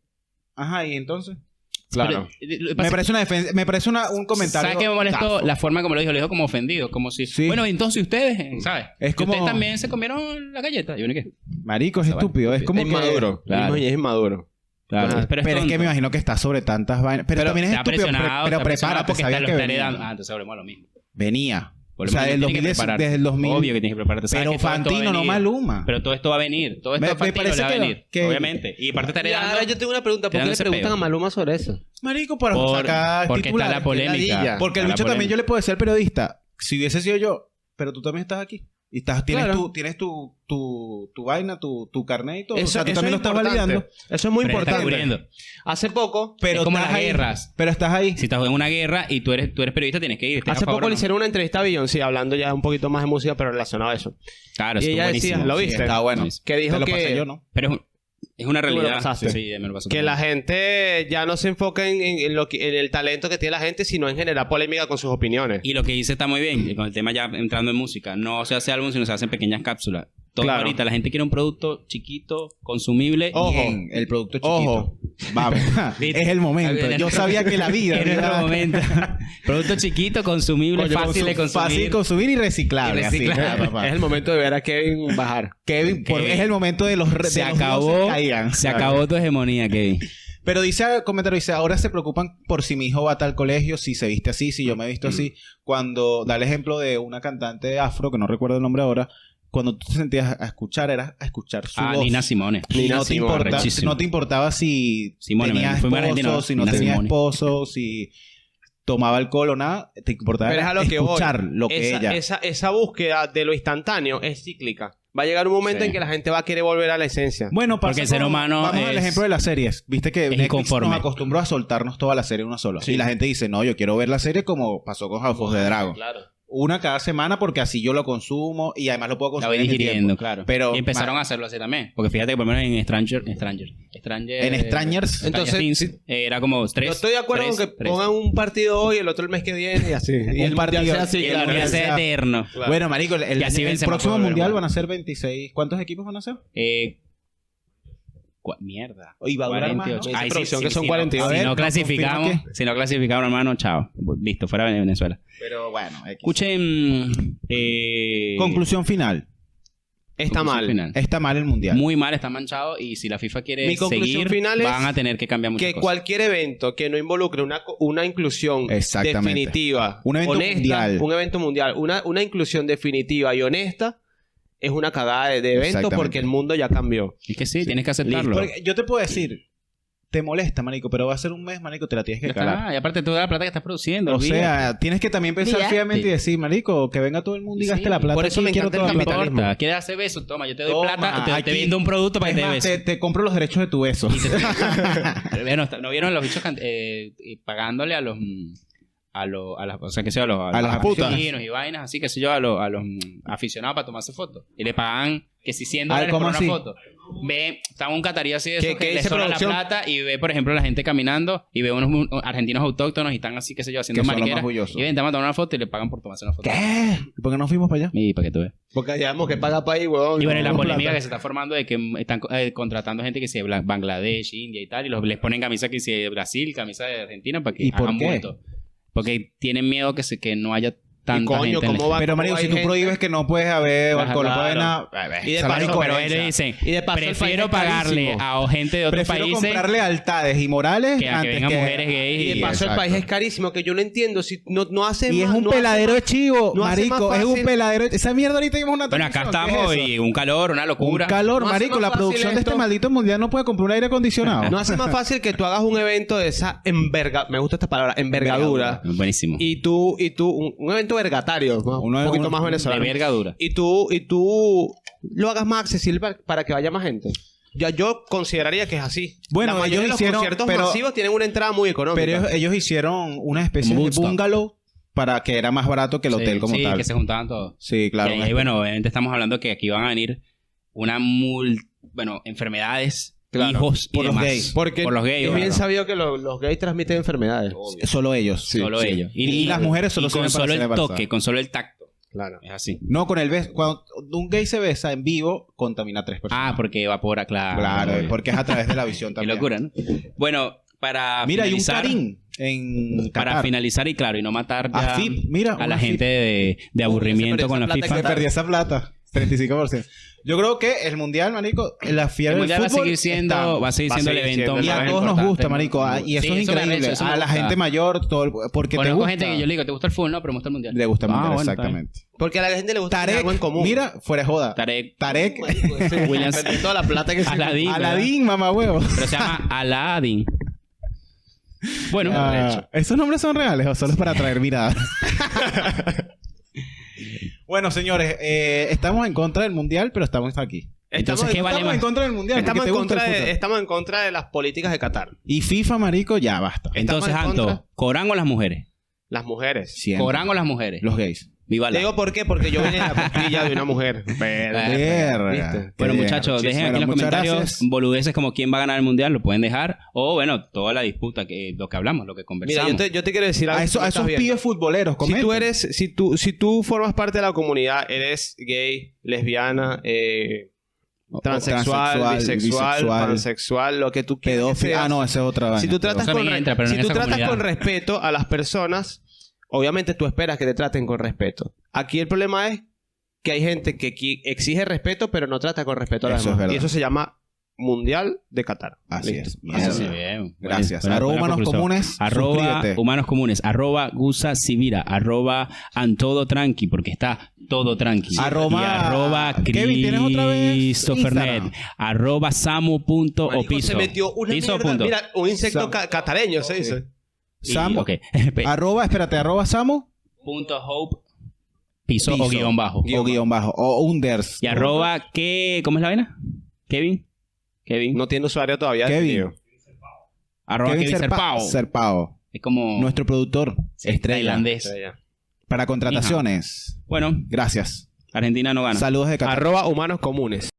Speaker 2: ajá, y entonces.
Speaker 4: Claro.
Speaker 3: Pero, eh, lo que pasa
Speaker 2: Me
Speaker 3: es
Speaker 2: parece una defensa, me parece una, un comentario.
Speaker 3: ¿Sabes qué me molestó?
Speaker 2: tafo.
Speaker 3: La forma como lo dijo, lo dijo como ofendido, como si.
Speaker 2: Sí.
Speaker 3: Bueno, entonces ustedes, ¿sabes?
Speaker 2: Es
Speaker 3: Que
Speaker 2: como-
Speaker 3: Ustedes también se comieron la galleta. ¿Y uno qué?
Speaker 2: Marico, es
Speaker 3: Esa vaina.
Speaker 2: estúpido, es como
Speaker 4: es
Speaker 2: que-
Speaker 4: maduro.
Speaker 3: Claro.
Speaker 4: Es maduro.
Speaker 3: Claro.
Speaker 4: Ajá.
Speaker 3: Pero es,
Speaker 2: Pero es que
Speaker 3: tonto.
Speaker 2: me imagino que está sobre tantas vainas. Pero, también es
Speaker 3: Está
Speaker 2: estúpido. pre-
Speaker 3: presionado,
Speaker 2: pero
Speaker 3: está presionado
Speaker 2: prepárate,
Speaker 3: porque está,
Speaker 2: sabías
Speaker 3: lo
Speaker 2: que
Speaker 3: está
Speaker 2: venía.
Speaker 3: heredando. Ah, entonces volvemos a lo mismo.
Speaker 2: Venía. O sea,
Speaker 3: Volvemos a lo
Speaker 2: del
Speaker 3: mismo, tienes que
Speaker 2: 2000,
Speaker 3: prepararte.
Speaker 2: desde el 2000.
Speaker 3: Obvio que tienes que prepararte. Sabes
Speaker 2: Pero
Speaker 3: que todo esto va a
Speaker 2: Fantino, no
Speaker 3: venir.
Speaker 2: Maluma.
Speaker 3: Pero todo esto va a venir. Todo esto
Speaker 2: Me-
Speaker 3: a
Speaker 2: me
Speaker 3: Fantino le
Speaker 2: parece
Speaker 3: va a
Speaker 2: que-
Speaker 3: venir.
Speaker 2: que-
Speaker 3: Obviamente. Y aparte está heredando.
Speaker 4: tengo una pregunta.
Speaker 3: ¿Por qué le preguntan a
Speaker 4: Maluma sobre eso?
Speaker 2: Marico, para
Speaker 3: Por-
Speaker 2: sacar
Speaker 3: porque está
Speaker 2: titulares,
Speaker 3: la
Speaker 2: qué ladilla.
Speaker 3: polémica.
Speaker 2: Porque el
Speaker 3: Está la
Speaker 2: bicho también
Speaker 3: polémica.
Speaker 2: yo le puedo ser periodista. Si hubiese sido yo, pero tú también estás aquí. Y estás, tienes,
Speaker 4: Claro.
Speaker 2: tu, tienes tu, tu, tu vaina, tu, tu carnet y todo.
Speaker 4: Eso,
Speaker 2: o sea, tú
Speaker 4: eso
Speaker 2: también lo
Speaker 4: es
Speaker 2: estás
Speaker 4: importante.
Speaker 2: validando.
Speaker 4: Eso es muy
Speaker 3: Pero está
Speaker 4: importante.
Speaker 3: cubriendo.
Speaker 4: Hace poco,
Speaker 2: Pero
Speaker 3: Es como
Speaker 2: estás
Speaker 3: las
Speaker 2: ahí.
Speaker 3: guerras.
Speaker 2: Pero estás ahí.
Speaker 3: Si estás en una guerra y tú eres, tú eres periodista, tienes que ir. estés a
Speaker 4: hace
Speaker 3: favor
Speaker 4: poco
Speaker 3: o
Speaker 4: le
Speaker 3: no.
Speaker 4: hicieron una entrevista a Beyoncé, hablando ya un poquito más de música, pero relacionado a eso.
Speaker 3: Claro,
Speaker 4: Y
Speaker 3: estuvo
Speaker 4: ella decía,
Speaker 3: buenísimo.
Speaker 4: ¿lo
Speaker 3: Sí,
Speaker 4: viste?
Speaker 3: está bueno.
Speaker 4: Que dijo
Speaker 2: Te lo
Speaker 4: que,
Speaker 2: pasé yo, ¿no?
Speaker 3: Pero es, un- es una
Speaker 4: Tú me lo
Speaker 3: realidad.
Speaker 4: pasaste.
Speaker 3: Sí, me lo pasó.
Speaker 4: que la gente ya no se enfoca en, en- en lo que- en el talento que tiene la gente, sino en generar polémica con sus opiniones.
Speaker 3: Y lo que dice está muy bien, y con el tema ya entrando en música. No se hace álbum, sino se hacen pequeñas cápsulas. Todo
Speaker 4: Claro.
Speaker 3: ahorita, la gente quiere un producto chiquito, consumible.
Speaker 4: Ojo.
Speaker 2: Bien, el producto chiquito.
Speaker 4: Ojo.
Speaker 2: Vamos. Oh, es el momento.
Speaker 3: Está bien,
Speaker 2: Yo
Speaker 3: en otro-
Speaker 2: sabía que la vida.
Speaker 3: en
Speaker 2: era-
Speaker 3: otro momento. producto chiquito, consumible,
Speaker 2: Coño,
Speaker 3: fácil de
Speaker 2: consu-
Speaker 3: consumir.
Speaker 2: Fácil de consumir y reciclable.
Speaker 3: Y
Speaker 2: así,
Speaker 3: reciclable.
Speaker 2: ¿verdad, papá?
Speaker 4: Es el momento de ver a Kevin bajar.
Speaker 2: Kevin, por-
Speaker 3: Kevin.
Speaker 2: es el momento de los re-
Speaker 3: se
Speaker 2: de los
Speaker 3: acabó,
Speaker 2: dioses caigan.
Speaker 3: se acabó tu hegemonía, Kevin.
Speaker 2: Pero dice el comentario, dice, ahora se preocupan por si mi hijo va a tal colegio, si se viste así, si yo me he visto así. Cuando da el ejemplo de una cantante afro, que no recuerdo el nombre ahora, cuando tú te sentías a escuchar, era a escuchar su
Speaker 3: Ah,
Speaker 2: voz.
Speaker 3: Nina Simone.
Speaker 2: Y
Speaker 4: Nina
Speaker 2: no, te
Speaker 4: Simone,
Speaker 2: importa-
Speaker 3: rechísimo.
Speaker 2: no te importaba si
Speaker 3: Simone,
Speaker 2: tenía
Speaker 3: me- fui a Argentina,
Speaker 2: esposo, si no
Speaker 3: Nina
Speaker 2: tenía
Speaker 3: Simone.
Speaker 2: esposo, si tomaba alcohol o nada, te importaba
Speaker 4: Pero es a lo que voy.
Speaker 2: escuchar lo que
Speaker 4: esa,
Speaker 2: ella.
Speaker 4: esa- esa búsqueda de lo instantáneo es cíclica. Va a llegar un momento
Speaker 3: Sí.
Speaker 4: en que la gente va a querer volver a la esencia.
Speaker 2: Bueno, pasa
Speaker 3: Porque el ser
Speaker 2: con-
Speaker 3: humano
Speaker 2: Vamos al
Speaker 3: es-
Speaker 2: ejemplo de las series. Viste que
Speaker 3: es
Speaker 2: Netflix
Speaker 3: inconforme.
Speaker 2: nos acostumbró a soltarnos toda la serie en una sola.
Speaker 4: Sí.
Speaker 2: Y la gente dice, no, yo quiero ver la serie como pasó con House of the Dragon.
Speaker 4: Claro.
Speaker 2: Una cada semana porque así yo lo consumo y además lo puedo
Speaker 3: La
Speaker 2: consumir
Speaker 3: voy
Speaker 2: en, mi
Speaker 3: digiriendo,
Speaker 2: tiempo.
Speaker 3: claro.
Speaker 2: Pero-
Speaker 3: y empezaron a hacerlo así también. Porque fíjate que por lo menos en Stranger... Stranger... Stranger
Speaker 4: Eh,
Speaker 2: En Strangers.
Speaker 4: Entonces-
Speaker 3: Entonces... era como tres...
Speaker 4: Yo estoy de acuerdo
Speaker 3: tres,
Speaker 4: con que
Speaker 3: tres.
Speaker 4: pongan un partido hoy, el otro el mes que viene y así. Ah, Y
Speaker 2: Un
Speaker 4: el
Speaker 2: partido.
Speaker 4: mundial sea así,
Speaker 2: Y el
Speaker 3: Que
Speaker 4: claro.
Speaker 3: lo voy a hacer
Speaker 2: Claro.
Speaker 3: eterno.
Speaker 2: Bueno, marico, el, el-
Speaker 3: Y así
Speaker 2: el
Speaker 3: vence
Speaker 2: próximo
Speaker 3: Macabro,
Speaker 2: mundial
Speaker 3: hermano.
Speaker 2: van a ser 26. ¿Cuántos equipos van a ser?
Speaker 3: Eh, cua- mierda.
Speaker 2: Y va a durar más, ¿no?
Speaker 3: 48.
Speaker 4: Esa
Speaker 3: Ay, sí,
Speaker 4: producción
Speaker 3: sí,
Speaker 4: que son
Speaker 3: sí,
Speaker 4: 42.
Speaker 2: A
Speaker 3: Si
Speaker 2: ver,
Speaker 3: no
Speaker 2: nos
Speaker 3: clasificamos,
Speaker 2: confirma
Speaker 3: si no clasificamos, hermano, chao. Listo, fuera de Venezuela.
Speaker 2: Pero bueno. X.
Speaker 3: Escuchen. Eh,
Speaker 2: Conclusión final.
Speaker 4: Está
Speaker 3: conclusión
Speaker 4: mal.
Speaker 3: final.
Speaker 2: Está mal el mundial.
Speaker 3: Muy mal, está manchado. Y si la FIFA quiere
Speaker 4: Mi conclusión
Speaker 3: seguir,
Speaker 4: final es
Speaker 3: van a tener que cambiar muchas
Speaker 4: Que
Speaker 3: cosas.
Speaker 4: cualquier evento que no involucre una, co- una inclusión
Speaker 2: Exactamente.
Speaker 4: definitiva,
Speaker 2: Un evento
Speaker 4: honesta,
Speaker 2: mundial.
Speaker 4: un evento mundial, una, una inclusión definitiva y honesta, es una cagada de, de evento
Speaker 2: Exactamente.
Speaker 4: porque el mundo ya cambió.
Speaker 3: Es que sí, tienes que aceptarlo.
Speaker 2: Porque yo te puedo decir, te molesta, marico, pero va a ser un mes, marico, te la tienes
Speaker 3: Ya
Speaker 2: que
Speaker 3: está.
Speaker 2: calar.
Speaker 3: Y aparte, toda la plata que estás produciendo.
Speaker 2: O
Speaker 3: olvídate.
Speaker 2: sea, tienes que también pensar
Speaker 3: Olvídate.
Speaker 2: fríamente y decir, marico, que venga todo el mundo y gaste
Speaker 3: Sí,
Speaker 2: la plata.
Speaker 4: por eso
Speaker 2: aquí,
Speaker 4: me
Speaker 2: quiero
Speaker 4: encanta
Speaker 2: toda la
Speaker 3: No
Speaker 4: el
Speaker 2: plata.
Speaker 4: capitalismo.
Speaker 3: importa. ¿Quieres hacer beso? Toma, yo te doy
Speaker 2: Toma,
Speaker 3: plata, te, te
Speaker 2: aquí.
Speaker 3: vendo un producto para
Speaker 2: Es
Speaker 3: que te dé
Speaker 2: más,
Speaker 3: beso.
Speaker 2: te, te compro los derechos de tu beso.
Speaker 3: Bueno, está- ¿No vieron los bichos can- eh, y pagándole a los. mm, A, los a las, o sea, que sea, a los,
Speaker 2: A las putas.
Speaker 3: aficionados y vainas, así que sé yo, a los, a los mm, aficionados para tomarse fotos. Y le pagan que si 100
Speaker 2: Ah,
Speaker 3: dólares por
Speaker 2: ¿cómo
Speaker 3: una
Speaker 2: así?
Speaker 3: foto. Ve, está un catarí así de
Speaker 4: ¿Qué-
Speaker 3: eso,
Speaker 4: qué
Speaker 3: que le
Speaker 4: dice
Speaker 3: sobra la
Speaker 4: producción?
Speaker 3: plata y ve, por ejemplo, la gente caminando y ve unos mu- argentinos autóctonos y están así, qué sé yo, haciendo
Speaker 2: Que son los más
Speaker 3: mariqueras.
Speaker 2: orgullosos.
Speaker 3: Y ven, te van a tomar una foto y le pagan por tomarse una foto.
Speaker 2: ¿Qué? ¿Por qué no fuimos para allá?
Speaker 3: Y para que tú veas.
Speaker 4: Porque hayamos que pagar para ahí, huevón.
Speaker 3: Y bueno, y la
Speaker 4: No,
Speaker 3: polémica
Speaker 4: plata.
Speaker 3: que se está formando de que mm, están eh, contratando gente que sea bla- Bangladesh, India y tal, y los, les ponen camisa que sea de Brasil, camisa de Argentina, para que
Speaker 2: ¿Y por
Speaker 3: hagan
Speaker 2: qué?
Speaker 3: bulto. Porque tienen miedo que, se, que no haya tanta
Speaker 4: coño,
Speaker 3: gente. en la
Speaker 4: ¿cómo va?
Speaker 2: Pero, marico, si
Speaker 4: hay
Speaker 2: tú
Speaker 4: gente-
Speaker 2: prohíbes que no puedes haber
Speaker 3: Ajá,
Speaker 2: alcohol, no puede
Speaker 3: claro.
Speaker 2: nada.
Speaker 4: Y de
Speaker 2: Esa es la
Speaker 4: paso-
Speaker 2: incoherencia.
Speaker 3: pero ellos dicen,
Speaker 4: Y de paso el país
Speaker 3: prefiero
Speaker 4: está
Speaker 3: pagarle
Speaker 4: carísimo.
Speaker 3: a gente de otros
Speaker 2: Prefiero
Speaker 3: países
Speaker 2: comprar lealtades y morales
Speaker 3: que a que
Speaker 2: antes
Speaker 3: vengan mujeres gays.
Speaker 4: Y de
Speaker 3: y-
Speaker 4: paso el
Speaker 2: exacto.
Speaker 4: país es carísimo, que yo no entiendo. Si no, no hace
Speaker 2: Y es
Speaker 4: más-
Speaker 2: un
Speaker 4: no hace
Speaker 2: peladero de
Speaker 4: más-
Speaker 2: chivo,
Speaker 4: no hace más
Speaker 2: marico. Es un
Speaker 4: fácil-
Speaker 2: peladero. de- Esa mierda ahorita vimos una.
Speaker 3: Bueno, acá
Speaker 2: televisión, ¿qué
Speaker 3: estamos
Speaker 2: es eso?
Speaker 3: y un calor, una
Speaker 2: Un
Speaker 3: locura.
Speaker 2: calor,
Speaker 4: No hace
Speaker 2: marico.
Speaker 4: más
Speaker 2: La
Speaker 4: fácil
Speaker 2: producción de este
Speaker 4: esto.
Speaker 2: maldito mundial no puede comprar un aire acondicionado.
Speaker 4: No hace más fácil que tú hagas un evento de esa enverga... Me gusta esta palabra, envergadura.
Speaker 3: Buenísimo.
Speaker 4: Y tú, y tú, un, un evento vergatario, ¿no?
Speaker 2: Uno-
Speaker 4: un poquito
Speaker 2: uno-
Speaker 4: más
Speaker 3: de
Speaker 4: venezolano.
Speaker 3: verga dura.
Speaker 4: Y tú, y tú lo hagas más accesible para, para que vaya más gente. Ya yo consideraría que es así.
Speaker 2: Bueno,
Speaker 4: La mayoría
Speaker 2: ellos
Speaker 4: de los
Speaker 2: hicieron-
Speaker 4: conciertos
Speaker 2: pero-
Speaker 4: masivos tienen una entrada muy económica.
Speaker 2: Pero ellos, ellos hicieron una especie
Speaker 3: Como
Speaker 2: de
Speaker 3: Woodstock.
Speaker 2: bungalow para que era más barato que el hotel
Speaker 3: Sí,
Speaker 2: como
Speaker 3: sí,
Speaker 2: tal.
Speaker 3: que se juntaban todos.
Speaker 2: Sí, claro.
Speaker 3: y ahí, bueno, obviamente estamos hablando que aquí van a venir una mul... Bueno, enfermedades,
Speaker 2: Claro,
Speaker 3: hijos y
Speaker 2: por los
Speaker 3: demás.
Speaker 2: gays.
Speaker 4: Porque
Speaker 3: por los gays,
Speaker 4: es
Speaker 3: claro.
Speaker 4: bien sabido que lo- los gays transmiten enfermedades.
Speaker 2: Solo ellos.
Speaker 3: solo ellos.
Speaker 2: Y, las mujeres solo
Speaker 3: y
Speaker 2: son
Speaker 3: con solo el toque, con solo el tacto.
Speaker 4: Claro.
Speaker 3: Es así.
Speaker 2: No, con el beso. Cuando un gay se besa en vivo, contamina a tres personas.
Speaker 3: Ah, porque evapora, claro.
Speaker 2: claro,
Speaker 3: obvio.
Speaker 2: porque es a través de la visión
Speaker 3: Qué
Speaker 2: también.
Speaker 3: locura, ¿no? Bueno, para
Speaker 2: Mira, hay un
Speaker 3: finalizar...
Speaker 2: Karim en
Speaker 3: para
Speaker 2: Qatar.
Speaker 3: finalizar y claro, y no matar
Speaker 2: A
Speaker 3: ya
Speaker 2: FIP, mira,
Speaker 3: a
Speaker 2: una
Speaker 3: la
Speaker 2: FIP.
Speaker 3: gente de, de aburrimiento
Speaker 4: se perdió
Speaker 3: con la
Speaker 4: esa plata
Speaker 3: FIFA.
Speaker 2: Se perdió esa plata. 35%. Yo creo que el mundial, marico, la
Speaker 3: El
Speaker 2: fiebre del
Speaker 3: mundial va a
Speaker 2: fútbol
Speaker 3: seguir siendo,
Speaker 2: está-
Speaker 3: va a seguir
Speaker 4: va a
Speaker 3: siendo
Speaker 4: seguir
Speaker 3: el evento
Speaker 4: siendo
Speaker 2: y a
Speaker 4: más
Speaker 2: todos nos
Speaker 4: importante.
Speaker 2: gusta, marico. Ah, Y eso
Speaker 3: Sí,
Speaker 2: es
Speaker 3: eso me
Speaker 2: increíble.
Speaker 3: arrecha, eso me
Speaker 2: a la
Speaker 3: gusta.
Speaker 2: gente mayor, todo el- porque te
Speaker 3: Conozco
Speaker 2: gusta.
Speaker 3: gente que yo le digo, ¿te gusta el fútbol? No, pero me gusta el mundial.
Speaker 2: Le gusta el
Speaker 3: Ah,
Speaker 2: mundial,
Speaker 3: bueno, está bien.
Speaker 2: exactamente.
Speaker 4: Porque a la gente le gusta tener
Speaker 2: Tarek,
Speaker 4: algo en común.
Speaker 2: mira, fuera de joda.
Speaker 3: Tarek
Speaker 2: Tarek.
Speaker 4: Marico, ese-
Speaker 3: Williams.
Speaker 4: perdió toda la plata que se-
Speaker 3: Aladín.
Speaker 2: Aladín, mamá huevo.
Speaker 3: Pero se llama Aladdin. Bueno,
Speaker 2: Ah, ¿Esos nombres son reales o solo es para atraer miradas? bueno, señores, eh, estamos en contra del mundial, pero estamos aquí.
Speaker 3: Entonces, ¿qué
Speaker 4: en-
Speaker 3: vale
Speaker 2: Estamos
Speaker 3: más?
Speaker 2: en contra del mundial.
Speaker 4: Estamos
Speaker 2: porque
Speaker 4: en,
Speaker 2: te gusta
Speaker 4: contra
Speaker 2: el
Speaker 4: de,
Speaker 3: este-
Speaker 2: fútbol.
Speaker 4: estamos en contra de las políticas de Qatar.
Speaker 2: Y FIFA, marico, ya basta.
Speaker 4: estamos
Speaker 3: entonces,
Speaker 4: en
Speaker 3: Anto,
Speaker 4: contra.
Speaker 3: ¿Corán o las mujeres?
Speaker 4: Las mujeres.
Speaker 2: Siempre.
Speaker 3: ¿Corán o las mujeres?
Speaker 2: Los gays.
Speaker 3: Viva
Speaker 4: Te
Speaker 3: la.
Speaker 4: digo por qué, porque yo vine de la costilla de una mujer.
Speaker 2: Verga,
Speaker 4: ¿viste?
Speaker 2: qué
Speaker 3: Bueno,
Speaker 2: bien.
Speaker 3: muchachos, dejen
Speaker 2: eh, Bueno,
Speaker 3: aquí en los
Speaker 2: muchas
Speaker 3: comentarios
Speaker 2: gracias.
Speaker 3: boludeces como quién va a ganar el mundial, lo pueden dejar. O bueno, toda la disputa, que lo que hablamos, lo que
Speaker 4: Mira,
Speaker 3: conversamos.
Speaker 4: yo te, yo te quiero decir algo.
Speaker 2: A,
Speaker 4: que
Speaker 2: eso-
Speaker 4: tú
Speaker 2: a
Speaker 4: estás
Speaker 2: esos
Speaker 4: viendo.
Speaker 2: pibes futboleros,
Speaker 4: Si tú
Speaker 2: comenten.
Speaker 4: eres, si tú, si tú formas parte de la comunidad, eres gay, lesbiana, eh,
Speaker 2: O-
Speaker 4: transexual,
Speaker 2: Oh, transexual,
Speaker 4: bisexual,
Speaker 2: bisexual,
Speaker 4: pansexual, lo que tú quieras.
Speaker 2: pedófilo. Ah, no, esa es otra vaina.
Speaker 4: Si tú tratas,
Speaker 3: Eso
Speaker 4: con,
Speaker 3: no
Speaker 4: re-
Speaker 3: entra, pero
Speaker 4: si
Speaker 3: en
Speaker 4: tú
Speaker 3: esa
Speaker 4: tratas
Speaker 3: comunidad.
Speaker 4: con respeto a las personas, obviamente tú esperas que te traten con respeto. Aquí el problema es que hay gente que qui- exige respeto, pero no trata con respeto a las
Speaker 2: Eso es
Speaker 4: demás.
Speaker 2: verdad.
Speaker 4: y eso se llama Mundial de Qatar.
Speaker 2: Así
Speaker 4: Listo.
Speaker 2: es. Así es.
Speaker 3: Eso bien.
Speaker 2: Gracias.
Speaker 3: Buena-
Speaker 2: arroba
Speaker 3: buena
Speaker 2: humanos
Speaker 3: conclusión.
Speaker 2: comunes.
Speaker 3: Arroba
Speaker 2: suscríbete.
Speaker 3: Humanos Comunes, arroba Gusa Sibira, arroba Antodo Tranqui, porque está todo tranqui.
Speaker 2: Arroba-
Speaker 3: y arroba
Speaker 2: Kevin, ¿tienes otra vez
Speaker 3: Christopher
Speaker 2: Instagram?
Speaker 3: Net, arroba Samu.opiso.
Speaker 4: Marico, se metió una mierda. Mira, un insecto
Speaker 2: Sam.
Speaker 4: ca- catareño se dice.
Speaker 2: Samu. Arroba, espérate, arroba Samu
Speaker 3: punto Hope, piso,
Speaker 2: Piso.
Speaker 3: o guión bajo.
Speaker 2: o guión bajo. O unders.
Speaker 3: Y arroba, ¿qué? ¿Cómo es la vaina? Kevin. Kevin.
Speaker 4: No tiene usuario todavía.
Speaker 2: Kevin.
Speaker 3: arroba Kevin,
Speaker 2: Serpa-
Speaker 3: Serpao.
Speaker 2: Serpao.
Speaker 3: es como
Speaker 2: Nuestro productor. Estrella.
Speaker 3: tailandés.
Speaker 2: Para contrataciones.
Speaker 3: Bueno,
Speaker 2: Gracias.
Speaker 3: Argentina no gana.
Speaker 2: Saludos de Qatar.
Speaker 4: Arroba humanos comunes.